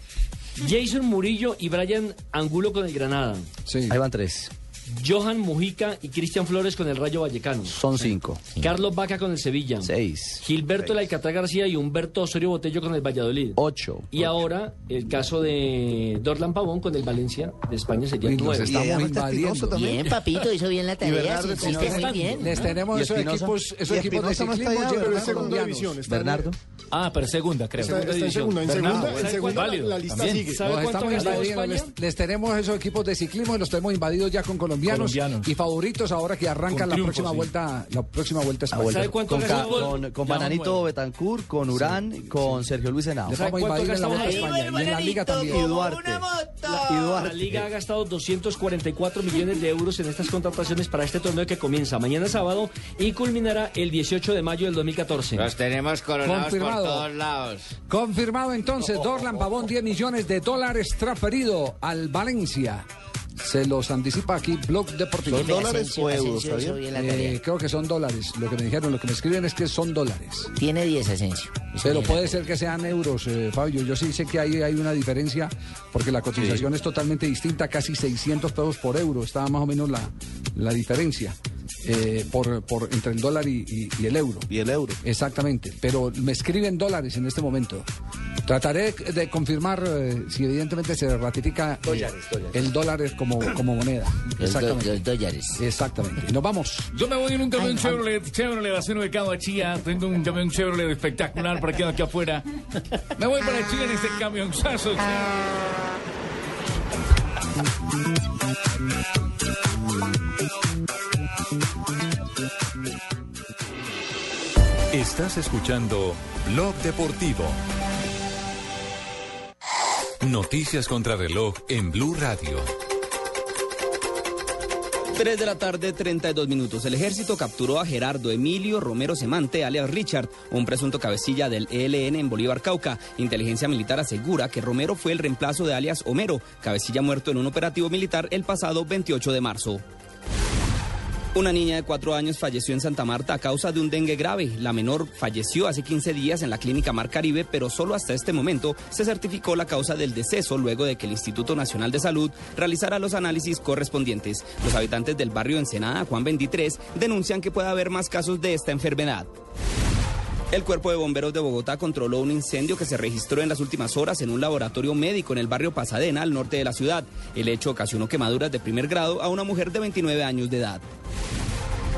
Jason Murillo y Brian Angulo con el Granada.
Sí.
Ahí van tres.
Johan Mujica y Cristian Flores con el Rayo Vallecano.
Son cinco.
Carlos Vaca con el Sevilla. Seis. Gilberto El Alcatraz García y Humberto Osorio Botello con el Valladolid.
Ocho.
Y ahora el caso de Dorlan Pavón con el Valencia de España sería
Uy, nos
nueve.
estamos Y además está invadiendo. Espinosa también.
Bien, papito, hizo bien la tarea. sí, hiciste muy bien.
Les tenemos
Y
esos
Espinosa.
equipos, esos
Y
equipos de
Espinosa no está
ciclismo
allá,
llenos de
¿verdad? Está en segunda
colombianos.
división, está
Bernardo.
Ah, pero segunda, creo.
Está-
segunda
está en
división.
segunda, en
Bernardo,
segunda, en
¿sabe
segunda
cuál? Válido.
la lista
También.
sigue. Nos estamos invadiendo, les, les tenemos esos equipos de ciclismo y los tenemos invadidos ya con colombianos,
Colombianos.
y favoritos ahora que arranca
Con
la
triunfo,
próxima
sí.
vuelta, la próxima vuelta española.
Con, con,
Ca-
con- con Bananito Betancourt, con Urán, con Sergio Luis Henao.
Les vamos a invadir en la Vuelta a España y en la Liga también.
Y Duarte.
La, Liga ha gastado 244 millones de euros en estas contrataciones para este torneo que comienza mañana sábado y culminará el 18 de mayo del 2014.
Los tenemos coronados
Confirmado.
por todos lados.
Confirmado entonces, Dorlan Pavón, 10 millones de dólares transferido al Valencia. Se los anticipa aquí Blog Deportivo.
¿Son dólares o euros, Javier?
Eh, creo que son dólares. Lo que me dijeron, lo que me escriben es que son dólares.
Tiene 10 Asensio.
Pero puede ser que sean euros, eh, Fabio. Yo sí sé que ahí hay una diferencia porque la cotización es totalmente distinta, casi 600 pesos por euro. Estaba más o menos la, la diferencia eh, por, por- entre el dólar y, y- y el euro.
Y el euro.
Exactamente. Pero me escriben dólares en este momento. Trataré de- de confirmar eh, si evidentemente se ratifica eh,
Dólares, dólares.
el dólar como, como moneda. Exactamente. Exactamente. Y nos vamos.
Yo me voy en un camión Chevrolet, Chevrolet azul ubicado a Chía. Tengo un camión Chevrolet espectacular parqueado aquí afuera. Me voy para Chía en este camionzazo.
Estás escuchando Blog Deportivo. Noticias contra reloj en Blue Radio.
3 de la tarde, 32 minutos. El ejército capturó a Gerardo Emilio Romero Semante, alias Richard, un presunto cabecilla del ELN en Bolívar Cauca. Inteligencia militar asegura que Romero fue el reemplazo de alias Homero, cabecilla muerto en un operativo militar el pasado 28 de marzo. Una niña de cuatro años falleció en Santa Marta a causa de un dengue grave. La menor falleció hace 15 días en la clínica Mar Caribe, pero solo hasta este momento se certificó la causa del deceso luego de que el Instituto Nacional de Salud realizara los análisis correspondientes. Los habitantes del barrio Ensenada, Juan 23, denuncian que puede haber más casos de esta enfermedad. El Cuerpo de Bomberos de Bogotá controló un incendio que se registró en las últimas horas en un laboratorio médico en el barrio Pasadena, al norte de la ciudad. El hecho ocasionó quemaduras de primer grado a una mujer de 29 años de edad.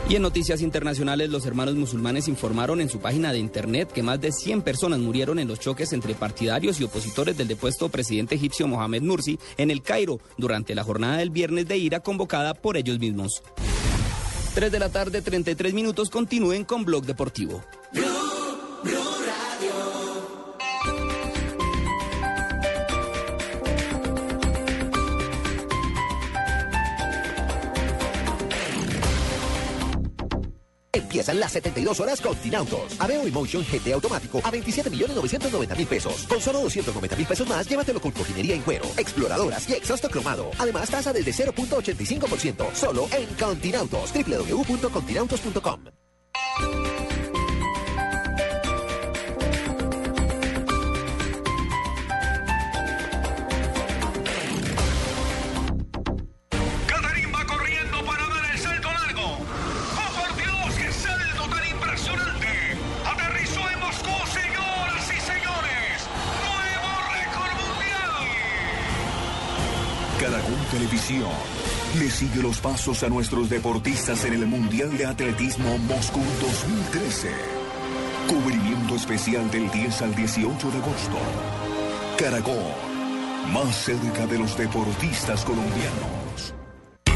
Y en noticias internacionales, los hermanos musulmanes informaron en su página de internet que más de 100 personas murieron en los choques entre partidarios y opositores del depuesto presidente egipcio Mohamed Mursi en el Cairo durante la jornada del viernes de ira convocada por ellos mismos. 3 de la tarde, 33 minutos, continúen con Blog Deportivo.
Empiezan las 72 horas con Tinautos. Aveo Emotion GT automático a 27.990.000 pesos. Con solo 290.000 pesos más, llévatelo con cojinería en cuero, exploradoras y exhausto cromado. Además, tasa desde 0.85%. Solo en Continautos. www.continautos.com
Aterrizó en Moscú, señoras y señores.
Caracol Televisión le sigue los pasos a nuestros deportistas en el Mundial de Atletismo Moscú 2013. Cubrimiento especial del 10 al 18 de agosto. Caracol, más cerca de los deportistas colombianos.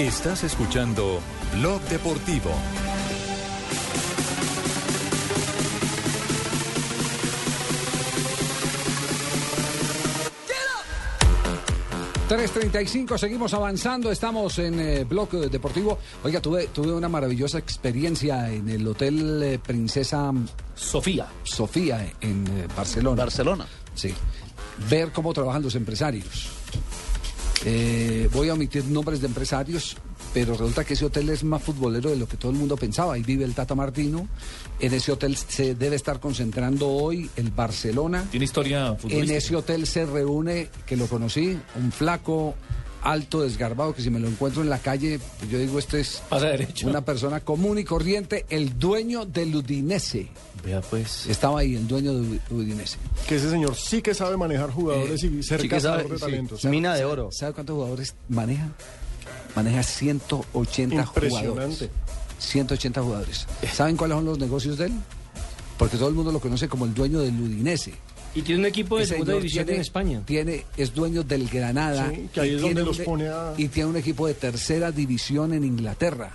Estás escuchando Blog Deportivo.
3.35, seguimos avanzando, estamos en eh, Bloque Deportivo. Oiga, tuve, tuve una maravillosa experiencia en el Hotel eh, Princesa
Sofía.
Sofía eh, en eh, Barcelona. Barcelona. Sí. Ver cómo trabajan los empresarios. Eh, voy a omitir nombres de empresarios, pero resulta que ese hotel es más futbolero de lo que todo el mundo pensaba. Ahí vive el Tata Martino. En ese hotel se debe estar concentrando hoy el Barcelona.
Tiene historia
En
futbolística.
ese hotel se reúne, que lo conocí, un flaco, alto, desgarbado, que si me lo encuentro en la calle, pues yo digo, este es
Pasa derecho.
una persona común y corriente, el dueño del Udinese.
Vea pues.
Estaba ahí, el dueño del Udinese. Eh,
Que ese señor sí que sabe manejar jugadores
Eh,
y ser cazador de talentos.
¿Sabe cuántos jugadores maneja? Maneja 180 jugadores.
Impresionante.
180 jugadores.
Eh.
¿Saben cuáles son los negocios de él? Porque todo el mundo lo conoce como el dueño del Udinese.
Y tiene un equipo de
Ese
segunda
señor
división
tiene-
en España.
Tiene, es dueño del Granada.
Sí, que ahí
y
es donde
tiene
los
un- e
pone a-
Y tiene un equipo de tercera división en Inglaterra.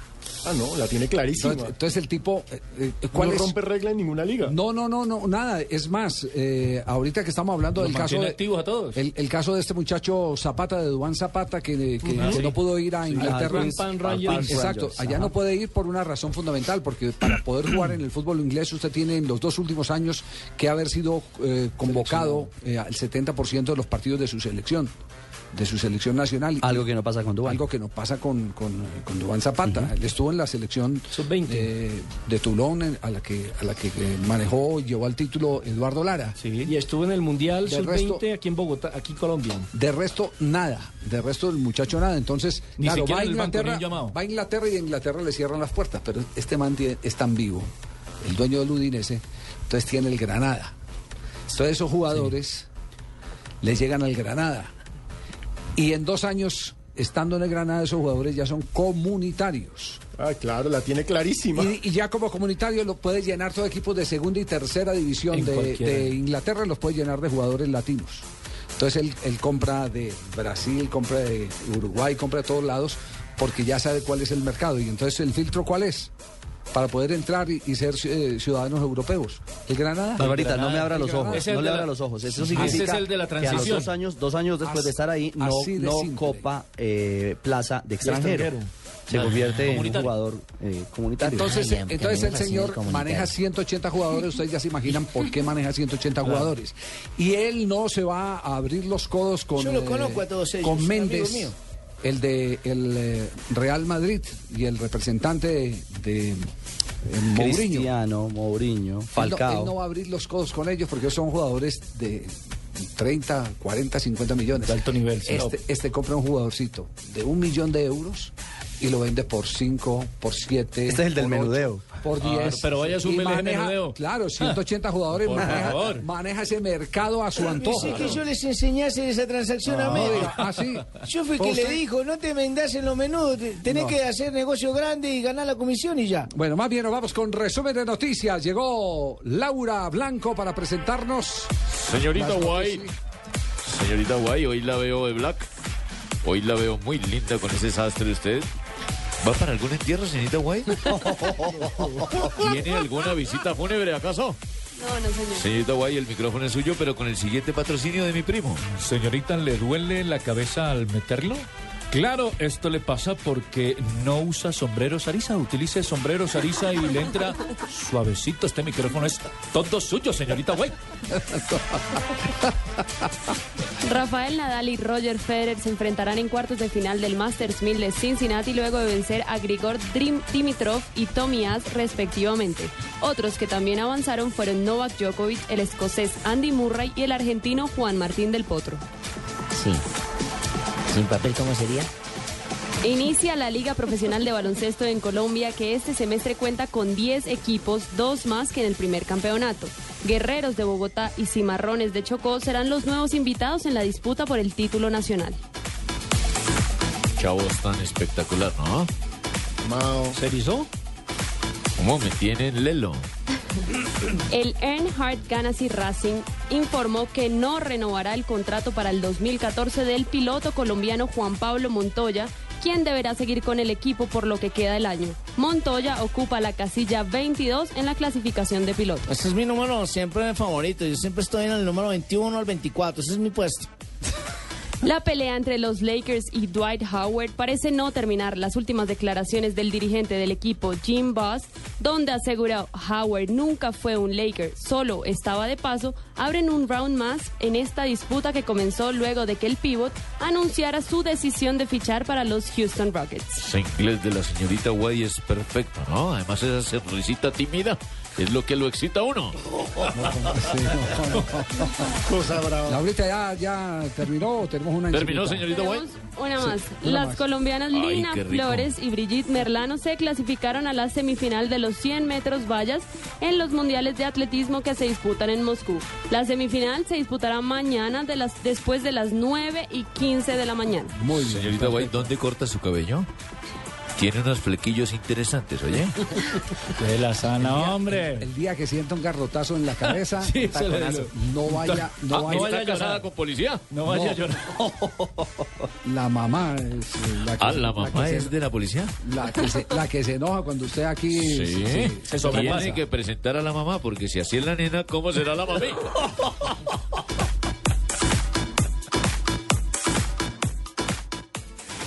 Ah, no, la tiene clarísima.
Entonces, entonces el tipo... eh, eh, ¿cuál
no
es?
rompe regla en ninguna liga.
No, no, no, no, nada. Es más, eh, ahorita que estamos hablando
Los
del caso
mantiene
de,
activos a todos.
El, el caso de este muchacho Zapata, de Dubán Zapata, que, que-
Ah,
que
sí.
no pudo ir a
Sí,
Inglaterra.
al Queens- al Queens
Exacto,
Rangers,
allá
ajá.
no puede ir por una razón fundamental, porque para poder jugar en el fútbol inglés usted tiene en los dos últimos años que haber sido eh, convocado eh, al 70% de los partidos de su selección de su selección nacional. Algo
que no pasa con
Dubán. Algo que no pasa con, con, eh, con Duván Zapata. Él estuvo en la selección eh, de Toulon, en- a la que, a la que eh, manejó y llevó al título Eduardo Lara.
Y estuvo en el Mundial
Del resto-
Sub-20 aquí en Bogotá, aquí en Colombia.
De resto, nada. De resto, el muchacho nada. Entonces,
Ni
claro,
siquiera
va a,
en el banco,
Inglaterra,
ni un llamado.
va a Inglaterra y a Inglaterra le cierran las puertas. Pero este man tie- es tan vivo, el dueño del Udinese, entonces tiene el Granada. Entonces, esos jugadores le llegan al Granada. Y en dos años, estando en el Granada, esos jugadores ya son comunitarios.
Ah, claro, la tiene clarísima.
Y, y ya como comunitario lo puede llenar todo equipos de segunda y tercera división
En
de,
cualquiera.
de Inglaterra, los puede llenar de jugadores latinos. Entonces él, él compra de Brasil, compra de Uruguay, compra de todos lados, porque ya sabe cuál es el mercado. Y entonces el filtro cuál es para poder entrar y, y ser eh, ciudadanos europeos. El Granada.
Barbarita,
El
no me
Granada,
abra
el
los
Granada.
ojos. No le abra los
Ah,
ojos. Eso significa que a los dos años, dos años después de estar ahí, no,
Así de
no
simple.
copa eh, plaza de extranjero.
extranjero.
Se
Ah,
convierte en un
comunitario.
jugador eh, comunitario.
Entonces, entonces el señor maneja 180 jugadores, ustedes ya se imaginan por qué maneja 180
Claro.
jugadores. Y él no se va a abrir los codos con,
Yo lo
eh,
conozco a todos ellos,
con
son
Méndez,
amigos míos.
el de el eh, Real Madrid y el representante de, de, eh, Mourinho. Él
Cristiano, Mourinho,
no-
Falcao.
él no va a abrir los codos con ellos porque son jugadores de 30, 40, 50 millones.
De alto nivel, sí.
Este, este compra un jugadorcito de un millón de euros y lo vende por 5, por 7.
Este es el del menudeo.
Por
Ah,
10.
pero vaya,
Y
súmele el
maneja-
menudeo.
Claro, 180 jugadores.
Por
maneja,
favor.
maneja ese mercado a su antojo.
Si es que yo les enseñé a hacer esa transacción a
No,
medio.
diga, ah, sí.
Yo fui
¿Fue
que le
usted?
dijo, no te vendas en los menús, te- tenés
No.
que hacer negocio grande y ganar la comisión y ya.
Bueno, más bien nos vamos con resumen de noticias. Llegó Laura Blanco para presentarnos.
Señorita
las
Guay,
noticias.
señorita Guay, hoy la veo de black. Hoy la veo muy linda con ese sastre usted. ¿Va para algún entierro, señorita Guay? ¿Tiene alguna visita fúnebre acaso?
No, no, señor.
Señorita Guay, el micrófono es suyo, pero con el siguiente patrocinio de mi primo.
Señorita, ¿le duele la cabeza al meterlo? Claro, esto le pasa porque no usa sombreros Arisa. Utilice sombreros Arisa y le entra suavecito. Este micrófono es todo suyo, señorita Güey.
Rafael Nadal y Roger Federer se enfrentarán en cuartos de final del Masters 1000 de Cincinnati luego de vencer a Grigor Drim- Dimitrov y Tommy Haas respectivamente. Otros que también avanzaron fueron Novak Djokovic, el escocés Andy Murray y el argentino Juan Martín del Potro.
Sí. ¿Sin papel cómo sería?
Inicia la Liga Profesional de Baloncesto en Colombia que este semestre cuenta con 10 equipos, dos más que en el primer campeonato. Guerreros de Bogotá y Cimarrones de Chocó serán los nuevos invitados en la disputa por el título nacional.
Chavos tan espectacular, ¿no?
Mao. ¿Se erizó?
¿Cómo me tienen lelo?
El Earnhardt Ganassi Racing informó que no renovará el contrato para el 2014 del piloto colombiano Juan Pablo Montoya, quien deberá seguir con el equipo por lo que queda el año. Montoya ocupa la casilla 22 en la clasificación de pilotos.
Ese Este es mi número siempre favorito. Yo siempre estoy en el número 21 al 24. Ese es mi puesto.
La pelea entre los Lakers y Dwight Howard parece no terminar. Las últimas declaraciones del dirigente del equipo, Jim Boss, donde asegura Howard nunca fue un Laker, solo estaba de paso, abren un round más en esta disputa que comenzó luego de que el pivot anunciara su decisión de fichar para los Houston Rockets.
Ese inglés de la señorita Guay es perfecto, ¿no? Además esa sonrisita tímida es lo que lo excita a uno.
Cosa brava. Laurita, ya, ya terminó, tenemos una
¿Terminó,
encimita.
señorita Guay?
Una
Sí,
más.
una
Las
más.
colombianas
Ay,
Lina
qué rico.
Flores y Brigitte Merlano se clasificaron a la semifinal de los 100 metros vallas en los mundiales de atletismo que se disputan en Moscú. La semifinal se disputará mañana de las, después de las 9 y 15 de la mañana.
Muy Señorita Guay, ¿dónde corta su cabello? Tiene unos flequillos interesantes, oye.
De la sana,
hombre. El día que sienta un garrotazo en la cabeza,
Sí, se le-
taconazo. no vaya,
Ah,
no vaya.
¿Está casada con policía?
No vaya a llorar. La mamá es eh, la que,
Ah,
se-
¿la mamá
que
es
se,
de la policía?
la que se- la que se enoja cuando usted aquí
Sí.
se
Tiene que presentar a la mamá, porque si así es la nena, ¿cómo será la mamá?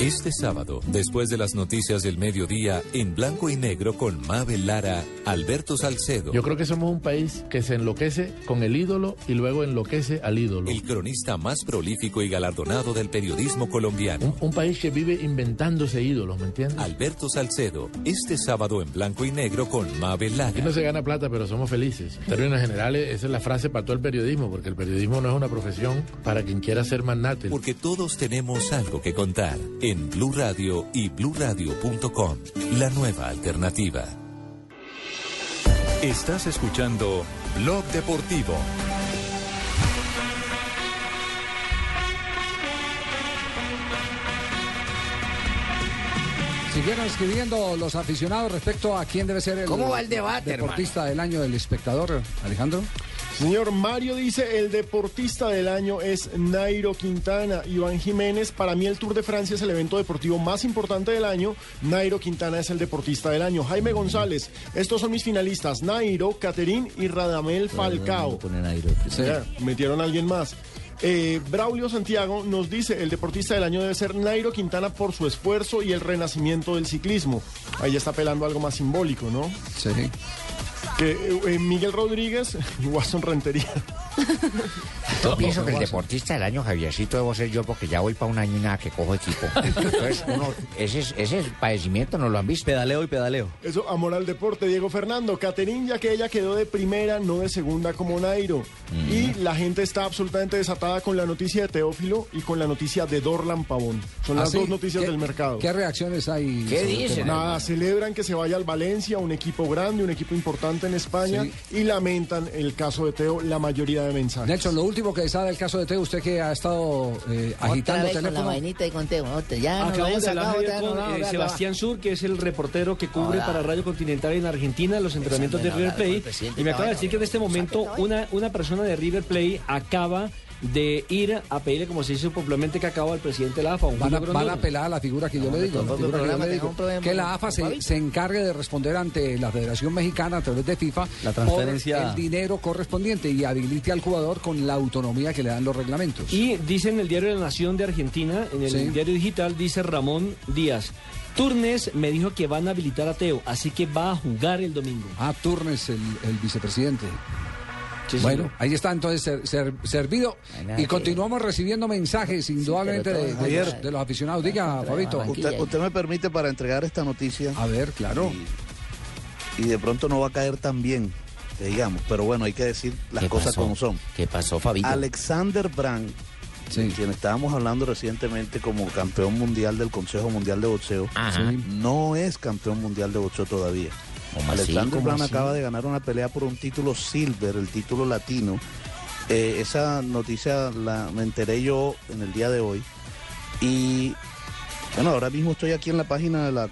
Este sábado, después de las noticias del mediodía, en blanco y negro con Mabel Lara, Alberto Salcedo,
Yo creo que somos un país que se enloquece con el ídolo y luego enloquece al ídolo.
el cronista más prolífico y galardonado del periodismo colombiano.
Un país que vive inventándose ídolos, ¿me entiendes?
Alberto Salcedo, este sábado en blanco y negro con Mabel
Aquí
Lara.
no se gana plata, pero somos felices. En términos generales, esa es la frase para todo el periodismo, porque el periodismo no es una profesión para quien quiera ser magnate.
Porque todos tenemos algo que contar en Blue Radio y BlueRadio.com, la nueva alternativa. Estás escuchando Blog Deportivo.
Siguieron escribiendo los aficionados respecto a quién debe ser el,
¿Cómo va el debate,
deportista del año del espectador, Alejandro.
Señor Mario dice, el deportista del año es Nairo Quintana, Iván Jiménez. Para mí el Tour de Francia es el evento deportivo más importante del año. Nairo Quintana es el deportista del año. Jaime González, estos son mis finalistas. Nairo, Caterín y Radamel Falcao. Ya, metieron a alguien más. Eh, Braulio Santiago nos dice, el deportista del año debe ser Nairo Quintana por su esfuerzo y el renacimiento del ciclismo. Ahí está apelando a algo más simbólico, ¿no?
Sí.
Que eh, eh, Miguel Rodríguez y Watson Rentería.
Yo pienso que el deportista del año, Javiercito, debo ser yo porque ya voy para un año y nada que cojo equipo. Entonces, uno, ese, es- ese es padecimiento no lo han visto.
Pedaleo y pedaleo.
Eso, amor al deporte, Diego Fernando. Caterín, ya que ella quedó de primera, no de segunda como Nairo.
Mm.
Y la gente está absolutamente desatada con la noticia de Teófilo y con la noticia de Dorlan Pavón. Son las
Así,
dos noticias
¿Ah, ¿qué-
del mercado.
¿Qué reacciones hay? sobre el tema?
Nada, celebran que se vaya al Valencia, un equipo grande, un equipo importante en España, y lamentan el caso de Teo, la mayoría de mensajes.
Nelson, lo último que sabe del caso de Teo, usted que ha estado eh, agitando
vez con la
teléfono.
vainita y con Teo, otra, Ah, ya nos
Acabamos
vamos
de
a
hablar
acabar,
ayer
ya
con
nos vamos a
eh,
hablar,
Sebastián Sur, que es el reportero que cubre
Hola.
para Radio Continental en Argentina los entrenamientos de
Pensando en
River
hablar con el
Plate.
presidente
Y me acaba de
Cavani,
decir que en este momento una, una persona de River Plate acaba de ir a pedirle, como se dice popularmente, que acaba al presidente de la AFA. un
Van a,
Julio
van a
Grondona.
apelar a la figura que yo le digo. la
tampoco
figura que, yo
programa
le
tenga
digo.
un problema
Que la AFA se, se encargue de responder ante la Federación Mexicana a través de FIFA
La
por
transferencia.
el dinero correspondiente y habilite al jugador con la autonomía que le dan los reglamentos.
Y dice en el diario La Nación de Argentina, en el
Sí.
diario digital, dice Ramón Díaz. Turnes me dijo que van a habilitar a Teo, así que va a jugar el domingo.
Ah, Turnes, el, el vicepresidente.
Sí,
bueno,
señor.
ahí está entonces ser- ser- servido
nada
y
que-
continuamos recibiendo mensajes indudablemente
pero
de,
todo
de
es
los, de los aficionados. Diga, Fabito.
Usted, usted me permite para entregar esta noticia.
A ver, claro.
Y, y de pronto no va a caer tan bien, que digamos, pero bueno, hay que decir las
¿Qué
cosas
pasó?
como son.
¿Qué pasó, Fabito?
Alexander Brand de quien estábamos hablando recientemente como campeón mundial del Consejo Mundial de Boxeo, Ajá. Sí. no es campeón mundial de boxeo todavía. ¿Cómo así? Alexander ¿Cómo Brown así? acaba de ganar una pelea por un título silver, el título latino. Eh, esa noticia la me enteré yo en el día de hoy. Y bueno, ahora mismo estoy aquí en la página de la-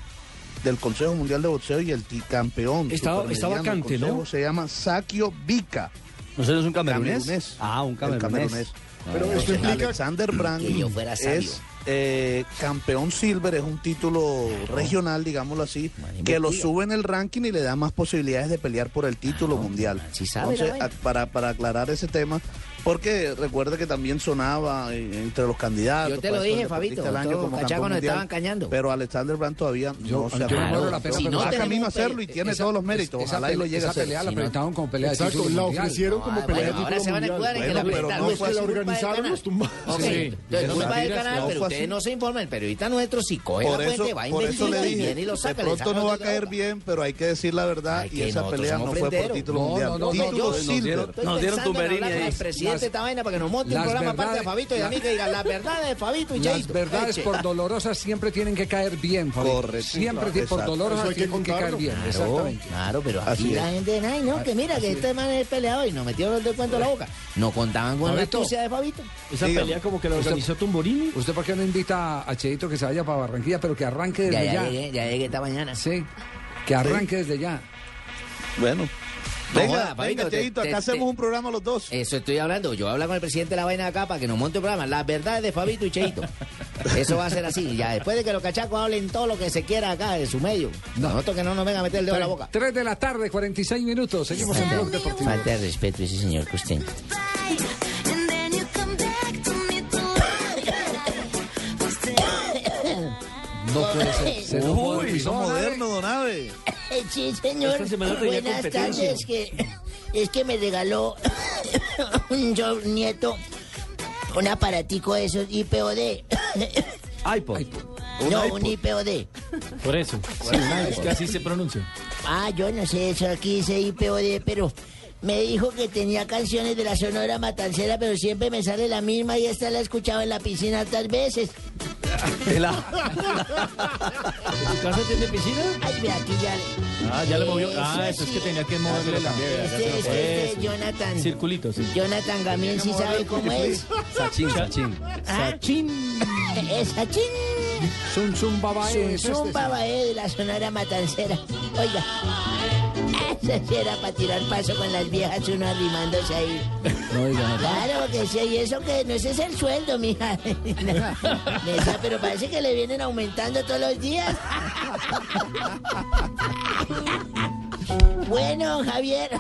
del Consejo Mundial de Boxeo y el ti- campeón.
Está- está
supermediano del
vacante, ¿no?
Consejo Se llama Sakio Vika.
¿No será un camerunés?
Camerunés.
Ah, un
El
camerunés.
Pero
Ah,
esto
ok.
implica Alexander Brand
Que yo fuera sabio.
es eh, campeón silver, es un título regional, digámoslo así, que lo
investiga.
sube en el ranking y le da más posibilidades de pelear por el título mundial.
sabe,
Entonces,
la vaina.
a- para, para aclarar ese tema, porque recuerda que también sonaba eh, entre los candidatos.
Yo te lo
para estos
dije, Fabito,
deportistas del año
todos
como
cachacos
campeón
nos
mundial,
estaban cañando.
Pero Alexander Brand todavía no se ha
yo no
ganado.
valoro la pena,
Si
pero
no
tenemos
camino a
pe-
hacerlo y tiene
esa-
todos los méritos.
esa
Ojalá y lo
pe-
llegue a
esa
hacer.
pelea la
Si no-
presentaron como pelea de
Exacto,
título
la
mundial.
ofrecieron como
Ay,
pelea de
bueno,
título
ahora se van a
Recuerden que
Bueno,
la
pero
pelota
no
no
Pues
es que
es
la
culpa del
organizaron,
canal.
los tumbaron.
Ok,
Sí,
entonces
eso
culpa
sí.
del canal,
No,
pero
fue
ustedes
así.
no se informan. El periodista nuestro, si coge
Por
la
eso,
fuente, va a
por eso le
investigar y
dije,
viene y lo
de
saca. le
pronto
saca
no
la
va a
boca.
caer bien, pero hay que decir la verdad Ah, y
que
esa
nosotros
pelea no
somos
fue por
frenteros.
título
No,
mundial.
no, no,
título
no, nos
silver.
dieron- Estoy pensando en hablar con el presidente de esta vaina para que nos monte un
Las
programa aparte de
verdades-
Fabito y a mí que digan las verdades de Fabito y
Las
Chaito.
verdades
Eche.
por dolorosas siempre tienen que caer bien, Fabito.
Correcto,
Siempre
claro,
ti- por
exacto. Eso
dolorosas
hay que
tienen que caer
contarlo.
bien,
Claro.
exactamente.
Claro, pero
Así
aquí
es.
la
La gente, ay, no, que mira,
Así
que
es.
este man es peleado y nos metió el descuento a la boca.
No contaban con
Con la
la
astucia de Fabito.
Esa
Dígame.
pelea como que la
Usted-
organizó Tumborini.
¿Usted por qué no invita a Cheito que se vaya para Barranquilla, pero que arranque
Ya,
desde
ya
ya?
llegué, ya llegué esta mañana.
Sí, que arranque desde ya.
Bueno.
Venga, venga, Cheito, acá hacemos
un programa los dos.
Eso estoy hablando. Yo hablo con el presidente de la vaina de acá para que nos monte un programa. Las verdades de Fabito y Cheito. Eso va a ser así. Ya después de que los cachacos hablen todo lo que se quiera acá de su medio. Nosotros que no nos venga a meter el dedo en la boca.
3 de la tarde, 46 minutos. Seguimos en Blog Deportivo.
Falta de respeto ese señor que usted.
No puede ser. Se nos fue el
Uy,
piso.
son moderno, Donave.
Eh, Sí, señor.
Esta semana tenía
Buenas
competencia.
tardes. Que, es que me regaló un yo- nieto un aparatico de esos IPOD.
iPod.
no, un IPOD.
Por eso. es que así se pronuncia.
Ah, yo no sé eso. Aquí dice IPOD, pero me dijo que tenía canciones de la Sonora Matancera, pero siempre me sale la misma y esta la he escuchado en la piscina tal veces.
¿Tu casa tiene piscina?
Ay, vea, aquí ya.
Ah, ya le movió. Ah,
Eso
eso es
sí.
que tenía que moverle la
Este, este, este, Jonathan.
Circulito, sí.
Jonathan Gamín sí sabe cómo es. Ah,
Sachin, Sachin.
Sachin. Es Sachin.
Zum, zum, babae.
Es un babae de la Sonora Matancera. Oiga. Eso sí era para tirar paso con las viejas uno arrimándose ahí.
No diga no.
Claro que sí, y eso que no ese es el sueldo, mija. Neta, pero parece que le vienen aumentando todos los días. Bueno, Javier.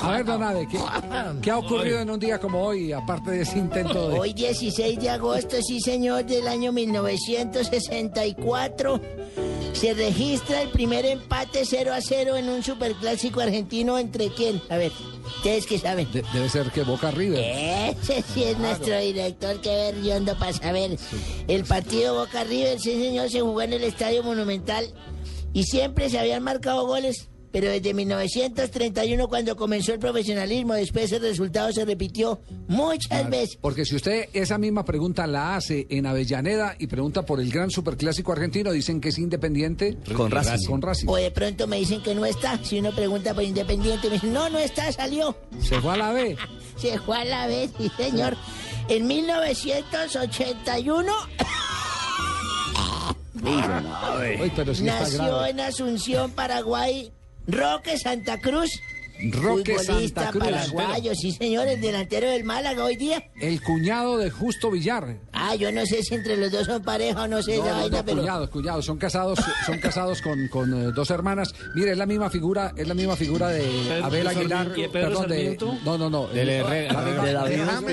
A ver, don Ave, ¿qué, qué ha ocurrido en un día como hoy, aparte de ese intento de...
Hoy 16 de agosto, sí señor, del año 1964, se registra el primer empate 0 a 0 en un superclásico argentino entre quién? A ver, ustedes que saben.
de- debe ser que Boca River.
Ese sí es nuestro director que ver yondo para saber. El partido Boca River, sí señor, se jugó en el Estadio Monumental y siempre se habían marcado goles. Pero desde 1931, cuando comenzó el profesionalismo, después el resultado se repitió muchas veces.
Porque si usted esa misma pregunta la hace en Avellaneda y pregunta por el gran superclásico argentino, dicen que es independiente.
Con Racing.
Con Racing.
O de pronto me dicen que no está. Si uno pregunta por Independiente, me dicen, no, no está, salió.
Se fue a la B.
Se fue a la vez, sí, señor. En 1981
Uy, pero sí está
nació
grave.
en Asunción, Paraguay, Roque Santa Cruz.
Roque
futbolista
Santa Cruz.
paraguayo, sí, señor, el delantero del Málaga hoy día.
El cuñado de Justo Villar.
Ah, yo no sé si entre los dos son pareja o no sé
No,
esa
no,
vaina,
no,
pero.
cuñados, cuñados, son casados, son casados con, con, eh, dos hermanas. Mire, es la misma figura, es la misma figura de
Pedro
Abel
Sarmiento.
Aguilar,
¿Y de Pedro
perdón, de,
Sarmiento?
no, no, no,
Del
eh,
Herrera,
la misma-
de David Ospina.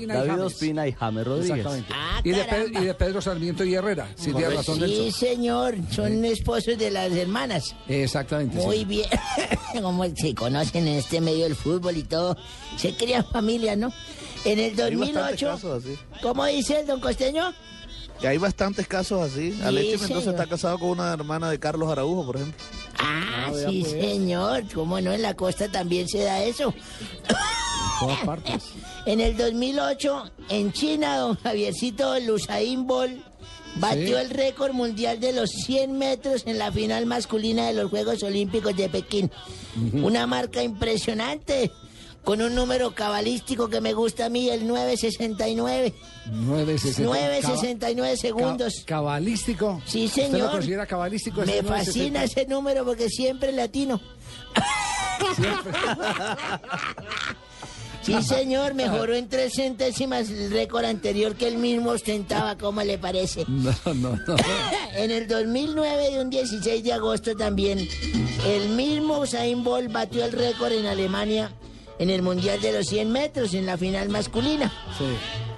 y
David
James. Ah,
Ospina y James Rodríguez.
Exactamente. y, de Pedro, y de Pedro Sarmiento y Herrera, si tiene
Correcto.
razón
Ah, sí,
Nelson.
señor, son esposos de las hermanas.
Exactamente.
Muy
sí.
bien. Como se conocen en este medio del fútbol y todo, se crean familias, ¿no? En el
Hay bastantes
2008,
casos así.
¿cómo dice el don Costeño?
Y hay bastantes casos así.
Sí,
Alexis Mendoza
señor.
está casado con una hermana de Carlos Araujo, por ejemplo. Ah, pues.
Ah, sí, señor. ¿Cómo no? En la costa también se da eso.
todas partes.
En el 2008, en China, don Javiercito Lusain Ball batió el récord mundial de los 100 metros en la final masculina de los Juegos Olímpicos de Pekín. Una marca impresionante, con un número cabalístico que me gusta a mí, el 969. 969 segundos.
cabalístico.
Sí,
¿Usted lo
señor.
considera cabalístico este ese
Me
960?
fascina ese número porque siempre es latino. Sí, señor, mejoró en tres centésimas el récord anterior que él mismo ostentaba, ¿cómo le parece?
No, no, no.
En el 2009, de un 16 de agosto también, el mismo Usain Bolt batió el récord en Alemania en el Mundial de los 100 metros, en la final masculina.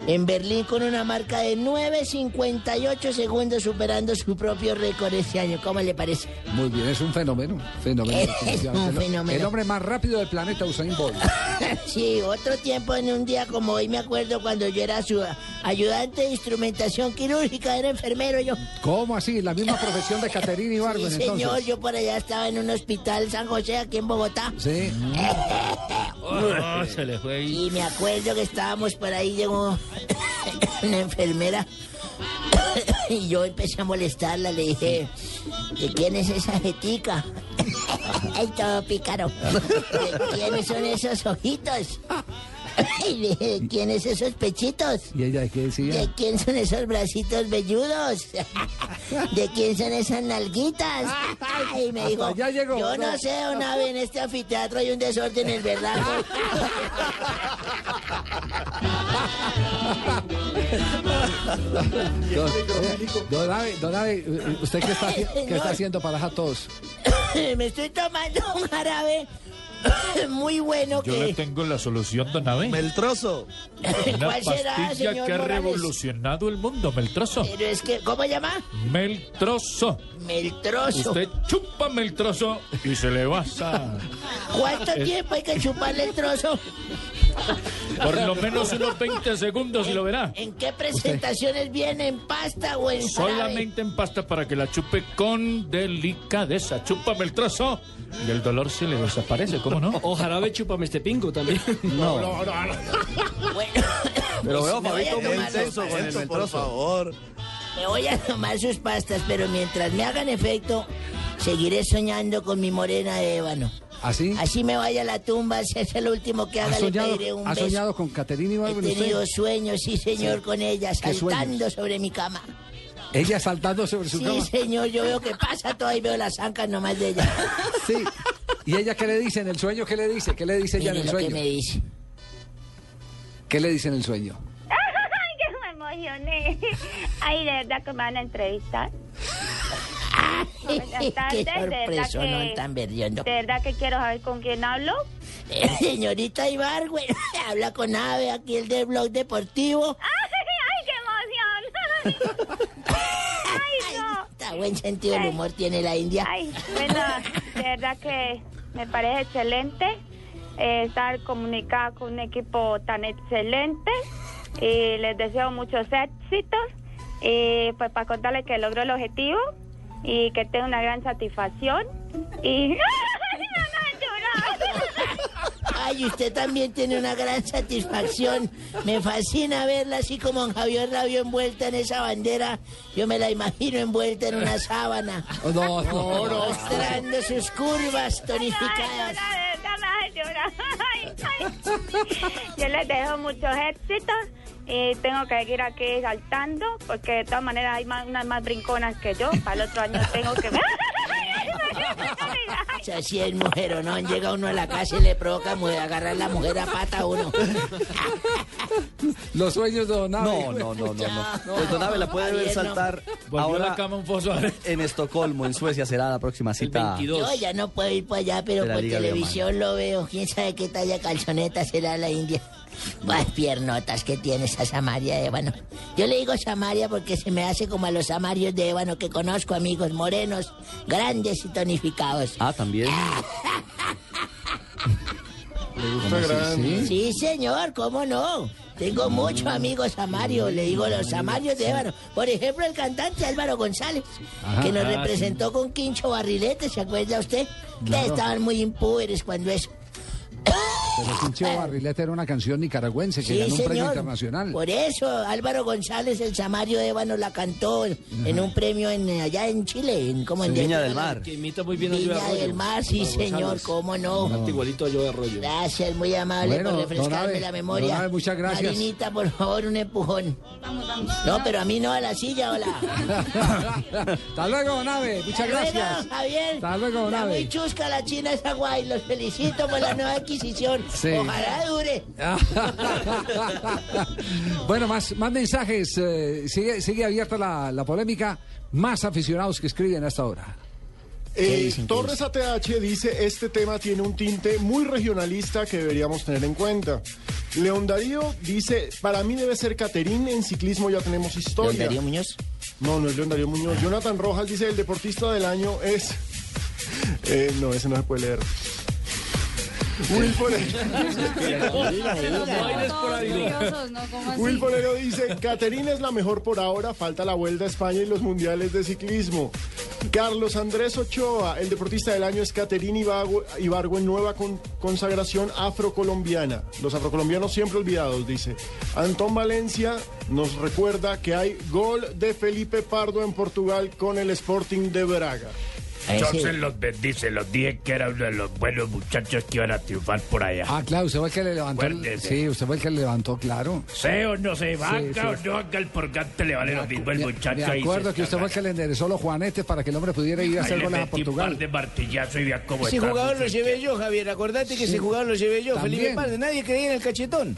En Berlín con una marca de 9.58 segundos, superando su propio récord este año. ¿Cómo le parece?
Muy bien, es un fenómeno. fenómeno
Es un
definitivamente.
fenómeno.
El hombre más rápido del planeta, Usain Bolt.
Sí, otro tiempo en un día como hoy me acuerdo cuando yo era su ayudante de instrumentación quirúrgica, era enfermero yo.
¿Cómo así? La misma profesión de Caterina Ibargüen,
Sí,
entonces.
señor, yo por allá estaba en un hospital San José aquí en Bogotá.
Sí.
Ah, se le fue ahí.
Y me acuerdo que estábamos por ahí, llegó una enfermera y yo empecé a molestarla, le dije, ¿de quién es esa jetica? Ay, todo pícaro. ¿De quiénes son esos ojitos? Y le dije, ¿de quién es esos pechitos?
¿Y ella qué decía?
¿De quién son esos bracitos velludos? ¿De quién son esas nalguitas? Ay, me
Hasta
dijo,
allá llegó.
yo no
No.
sé, don Abe, en este anfiteatro hay un desorden, es verdad.
Don, oye, don Abe, don Abe, eh, ¿usted qué está, haci- qué está haciendo para dejar todos?
me estoy tomando un jarabe muy bueno
Yo
que...
le tengo la solución, don Abe.
Meltroso.
Una
¿Cuál será,
pastilla
señor
que ha
Morales?
revolucionado el mundo, Meltroso.
Pero es que, ¿cómo llama?
Meltroso.
Meltroso.
Usted chupa Meltroso y se le pasa
¿Cuánto
Es-
tiempo hay que chuparle el trozo?
por lo menos unos 20 segundos y lo verá.
¿En qué presentaciones viene? ¿En pasta o en jarabe?
Solamente en pasta para que la chupe con delicadeza. Chúpame el trozo y el dolor se le desaparece, ¿cómo no?
O jarabe chúpame este pingo también.
No.
Pero veo,
Me voy a
Fabito,
tomar
buen sexo
los-
con el
Eso, por
Meltroso.
favor. Me voy a tomar sus pastas, pero mientras me hagan efecto, seguiré soñando con mi morena de ébano.
¿Así?
Así me vaya a la tumba, si es el último que
¿Ha
haga, le
soñado,
pediré un
ha
beso.
soñado con Caterina
He
Ibargüen usted?
tenido sueños, sí señor,
eh. Sí.
con ella,
¿Qué sueños?
saltando sobre mi cama.
Ella saltando sobre su
Sí
cama.
señor, yo veo que pasa todo y veo las ancas nomás de ella.
Sí. ¿Y ella qué le dice en el sueño? ¿Qué le dice? ¿Qué le dice ella en
Mire
el
lo que
sueño?
me dice.
¿Qué le dice en el sueño?
Ay, que me emocioné. Ay, de verdad que me van a entrevistar. Buenas
Qué
tardes, de verdad
sorpresa, no
que-
tan berriondo.
De verdad que quiero saber con quién hablo.
Eh, Señorita Ibargüen, habla con Ave, aquí el del blog deportivo.
¡Ay, ay, qué emoción! ¡Ay, no!
Está buen sentido el humor tiene la India.
Ay, bueno, de verdad que me parece excelente eh, estar comunicada con un equipo tan excelente y les deseo muchos éxitos y pues para contarles que logró el objetivo y que tengo una gran satisfacción y
Ay, usted también tiene una gran satisfacción. Me fascina verla así como don Javier la vio envuelta en esa bandera. Yo me la imagino envuelta en una sábana.
Oh, No, no, no.
Mostrando sus curvas tonificadas.
Ay, no, ay, llorar, de verdad me hace llorar. Ay, ay. Yo les dejo muchos éxitos y tengo que seguir aquí saltando porque de todas maneras hay más- unas más brinconas que yo. Para el otro año tengo que...
O sea, si es mujer no, llega uno a la casa y le provoca mu- agarrar la mujer a pata a uno.
Los sueños de Don Abe.
No, no, no, no, no. Pues Don Abe la puede ver
Javier, no.
saltar
Volvió
ahora
la cama un foso.
en Estocolmo, en Suecia será la próxima cita.
Yo ya no puedo ir para allá, pero
De la
por
Liga de
televisión lo veo. ¿Quién sabe qué talla calzoneta será la India? Más piernotas que tiene esa Samaria de ébano. Yo le digo Samaria porque se me hace como a los samarios de ébano que conozco, amigos morenos, grandes y tonificados.
Ah, también.
Sí, señor, ¿cómo no? Tengo
Mm.
muchos amigos samarios, le digo los samarios de ébano. Por ejemplo, el cantante Álvaro González,
Ajá.
que nos
Ah,
representó con Quincho Barrilete, ¿se acuerda usted? Ustedes
Claro.
estaban muy impúberes cuando eso.
pero Cincheo Barrileta era una canción nicaragüense que
Sí,
ganó un premio
señor.
internacional.
Por eso Álvaro González, el Samario Ébano, la cantó en, en un premio en, eh, allá en Chile, en, como en
Viña Que imita muy bien a Joe
Viña
Arroyo.
del Mar, sí,
Álvaro
señor,
González.
cómo no.
Canta igualito a Joe Arroyo.
Gracias, muy amable
Bueno,
por
don
refrescarme
Abe,
la memoria.
don Abe, muchas gracias.
Marinita, por favor, un empujón. No, pero a mí no, a la silla, hola.
Hasta luego, Nave. Muchas gracias.
Luego, Javier.
Hasta luego,
Está
Nave.
muy chusca la China esa guay. Los felicito por la nueva adquisición.
Sí.
Ojalá dure.
Ah, Bueno, más, más mensajes. eh, sigue, sigue abierta la, la polémica. Más aficionados que escriben hasta ahora.
Eh, Torres ATH dice, este tema tiene un tinte muy regionalista que deberíamos tener en cuenta. León Darío dice, para mí debe ser Caterín, en ciclismo ya tenemos historia.
¿León Darío Muñoz?
No, no es León Darío Muñoz. Jonathan Rojas dice, el deportista del año es... Eh, no, ese no se puede leer. Wilford- Wilford Herrero dice, Caterina es la mejor por ahora, falta la Vuelta a España y los Mundiales de Ciclismo. Carlos Andrés Ochoa, el deportista del año es Caterina Ibago- Ibargo en nueva con- consagración afrocolombiana. Los afrocolombianos siempre olvidados, dice. Antón Valencia nos recuerda que hay gol de Felipe Pardo en Portugal con el Sporting de Braga.
Yo se los bendice, los dije que era uno de los buenos muchachos que iban a triunfar por allá.
Ah, claro, usted fue el que le levantó. el-
Acuérdese.
sí, usted fue el que le levantó, claro.
Sé o no se vaca
Sí, sí.
o no haga el porgante, le vale lo mismo el muchacho
Me
ahí.
acuerdo
se
que usted fue el que le enderezó los juanetes para que el hombre pudiera ir a
Ahí
hacer
le
goles a
metí un par
Portugal.
de martillazo y vea cómo
Ese
está.
jugador lo llevé yo, Javier. Acordate que
Sí.
ese jugador lo llevé yo,
También.
Felipe Pardo. Nadie creía en el cachetón.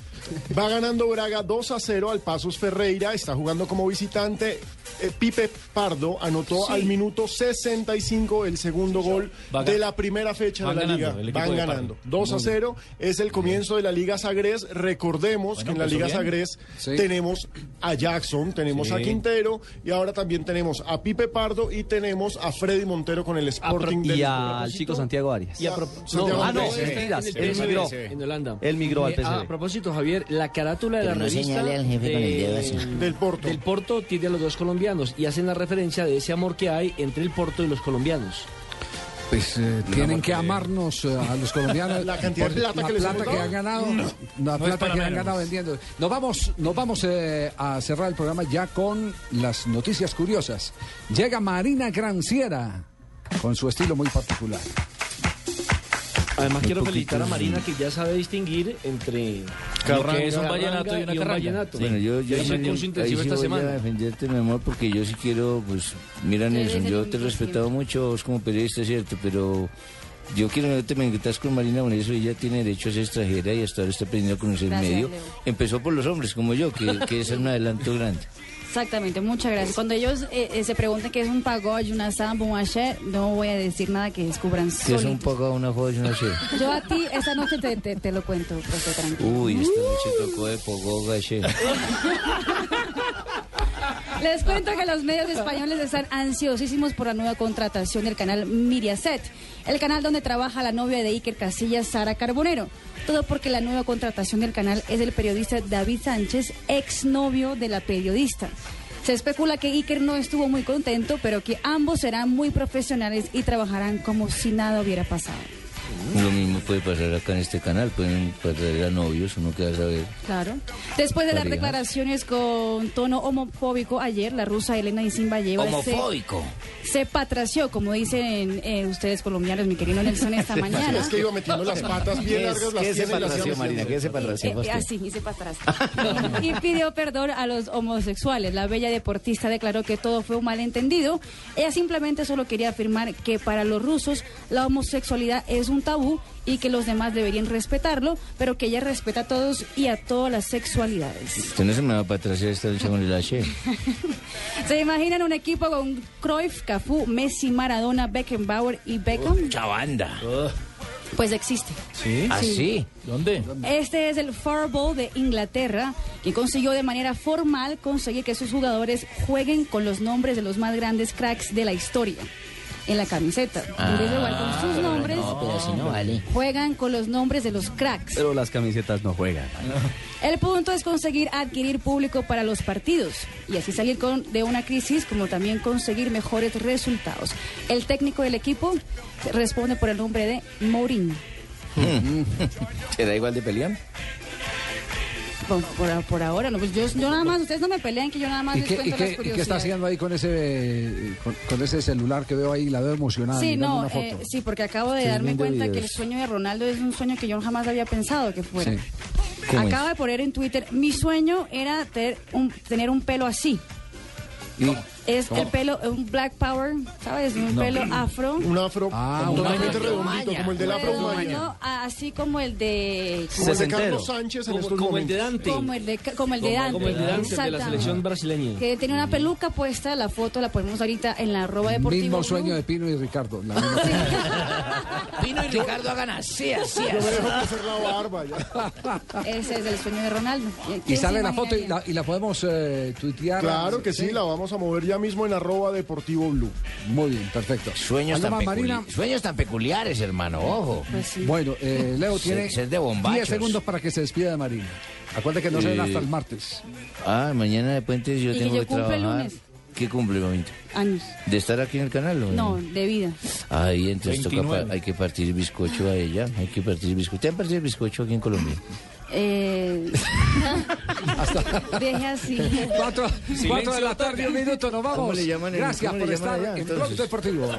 Va ganando Braga 2 a 0 al Pasos Ferreira, está jugando como visitante. Eh, Pipe Pardo anotó
Sí.
al minuto 65 el segundo gol
Va
de
gan-
la primera fecha
van
de la
ganando el
liga.
equipo
Van
de Pardo.
ganando. 2 a
Muy
0 es el comienzo de la Liga Sagres. Recordemos que en la
empezó
Liga
bien.
Sagres
Sí.
tenemos a Jackson, tenemos a
Sí.
Quintero y ahora también tenemos a Pipe Pardo y tenemos a Freddy Montero con el
Ah,
Sporting de
Y al chico Santiago Arias.
Y a pro-
no,
Santiago
ah, no,
Arias.
mentiras,
En el
él
PSV,
migró.
en Holanda.
Él migró al
Eh, A
PSV.
propósito, Javier, la carátula de
Pero
la
no
revista
señale al jefe con el dedo
de-
así.
del Porto.
Del Porto tiene a los dos colombianos y hacen la referencia de ese amor que hay entre el Porto y los colombianos.
Pues eh, tienen que amarnos eh, a los colombianos.
La cantidad de
por
plata
la
que les hemos
que
dado.
han ganado.
No,
La
no es
plata
para
que han
menos.
ganado vendiendo. Nos vamos, nos vamos eh, a cerrar el programa ya con las noticias curiosas. Llega Marina Granciera con su estilo muy particular.
Además,
Muy
quiero
poquito,
felicitar a Marina que ya sabe distinguir entre lo que es un vallenato y una carranga.
Bueno, yo, yo
Ella
sí-
fue curso intensivo
ahí sí voy
esta
a
semana.
defenderte, mi amor, porque yo sí quiero, pues, mira,
Tú eres
Nelson,
el
yo
único
te he respetado
siempre.
mucho, vos como periodista, ¿cierto? Pero yo quiero no te me metas con Marina Boneso, ella tiene derechos extranjera y hasta ahora está aprendiendo a conocer el
Gracias,
medio.
Leo.
Empezó por los hombres, como yo, que, que es un adelanto grande.
Exactamente, muchas gracias. Cuando ellos eh, eh, se pregunten qué es un pagode, una samba, un haché, no voy a decir nada que descubran
Que es
solo.
un poco una joya, una sé.
Yo a ti esta noche te, te- te lo cuento, profe, tranquilo.
Uy, esta
Uh.
noche tocó de poco gaché.
Les cuento que los medios españoles están ansiosísimos por la nueva contratación del canal Miriaset, el canal donde trabaja la novia de Iker Casillas, Sara Carbonero. Todo porque la nueva contratación del canal es del periodista David Sánchez, exnovio de la periodista. Se especula que Iker no estuvo muy contento, pero que ambos serán muy profesionales y trabajarán como si nada hubiera pasado.
Lo mismo puede pasar acá en este canal, pueden pasar a novios, uno que va a saber.
Claro. Después de dar
Parejas.
declaraciones con tono homofóbico ayer, la rusa Elena Isinbayeva
Homofóbico.
se, se patració, como dicen eh, ustedes colombianos, mi querido Nelson, esta mañana.
Es que iba metiendo las patas
¿Qué
bien
es-
largas, las
qué
tiene y las
es separación,
iba metiendo.
Marina? ¿Qué es separación?
Eh, eh, así, y se patració. y pidió perdón a los homosexuales. La bella deportista declaró que todo fue un malentendido. Ella simplemente solo quería afirmar que para los rusos la homosexualidad es un tabú y que los demás deberían respetarlo, pero que ella respeta a todos y a todas las sexualidades.
Usted no se me va para atrás esta noche con el H.
¿Se imaginan un equipo con Cruyff, Cafú, Messi, Maradona, Beckenbauer y Beckham?
Chavanda.
Pues existe.
¿Sí? ¿Ah,
Sí.
sí?
¿Dónde?
Este es el Bowl de Inglaterra, que consiguió de manera formal conseguir que sus jugadores jueguen con los nombres de los más grandes cracks de la historia en la camiseta. En vez de jugar con
Ah.
sus nombres,
no, pero así
Ah,
no vale.
juegan con los nombres de los cracks.
Pero las camisetas no juegan.
El punto es conseguir adquirir público para los partidos y así salir con- de una crisis como también conseguir mejores resultados. El técnico del equipo responde por el nombre de Mourinho.
¿Será igual de peleón?
Por, por- por ahora, no, pues yo, yo nada más, ustedes no me pelean, que yo nada más
¿Y
les
qué,
cuento
y
las
qué- y qué
curiosidades.
está haciendo ahí con ese, con, con ese celular que veo ahí? La veo emocionada.
Sí,
mirando
no,
una foto.
eh, sí, porque acabo de
Qué
darme
lindo
cuenta
video
que el
es.
sueño de Ronaldo es un sueño que yo jamás había pensado que fuera.
Sí. ¿Cómo es?
Acaba de poner en Twitter, mi sueño era tener un, tener un pelo así. Es
Oh.
¿Cómo?
el pelo, un black power, ¿sabes? Un
No.
pelo afro.
Un afro
un
totalmente
afro.
Este redondito, como el del afro
Redondo,
Umaña.
a- así como el de...
Como el de Carlos Sánchez en
Como-
estos
como el de
momentos.
Dante.
Como el de, Ca- como el de Dante.
Como el de Dante, de la
exactamente.
selección brasileña.
Que tenía una peluca puesta, la foto la ponemos ahorita en la arroba deportivo.
Mismo
Blue.
sueño de Pino y Ricardo. la misma-
Pino y Ricardo hagan así, así,
Yo me dejo crecer la barba ya.
Ese es el sueño de Ronaldo.
Y
¿Quién se
sale la foto y
imaginaría?
la, y la podemos eh, tuitear.
Claro que sí, la vamos a mover ya mismo en arroba deportivo blue.
Muy bien, perfecto.
Sueños
¿Algo
tan,
más,
peculi-
Marina?
sueños tan peculiares, hermano, ojo.
Pues
Bueno, eh, Leo
Se-
tiene
se es de bombachos.
10 segundos para que se despida de Marina. Acuérdate que no se ven
Eh,
hasta el martes.
Ah, mañana de puentes yo
Y que
tengo
yo
que
cumplo
trabajar.
el lunes.
¿Qué cumple, mamita?
Años.
¿De estar aquí en el canal? o
No, de vida.
Ahí entonces toca
29.
pa- hay que partir bizcocho a ella, hay que partir bizcocho. ¿Te han partido bizcocho aquí en Colombia?
Eh... Deje así.
Cuatro, Cuatro de la tarde, un minuto, nos
¿Cómo
vamos.
le llaman en-
Gracias
cómo le
por
llaman
estar
allá,
en Blog
entonces?
Deportivo.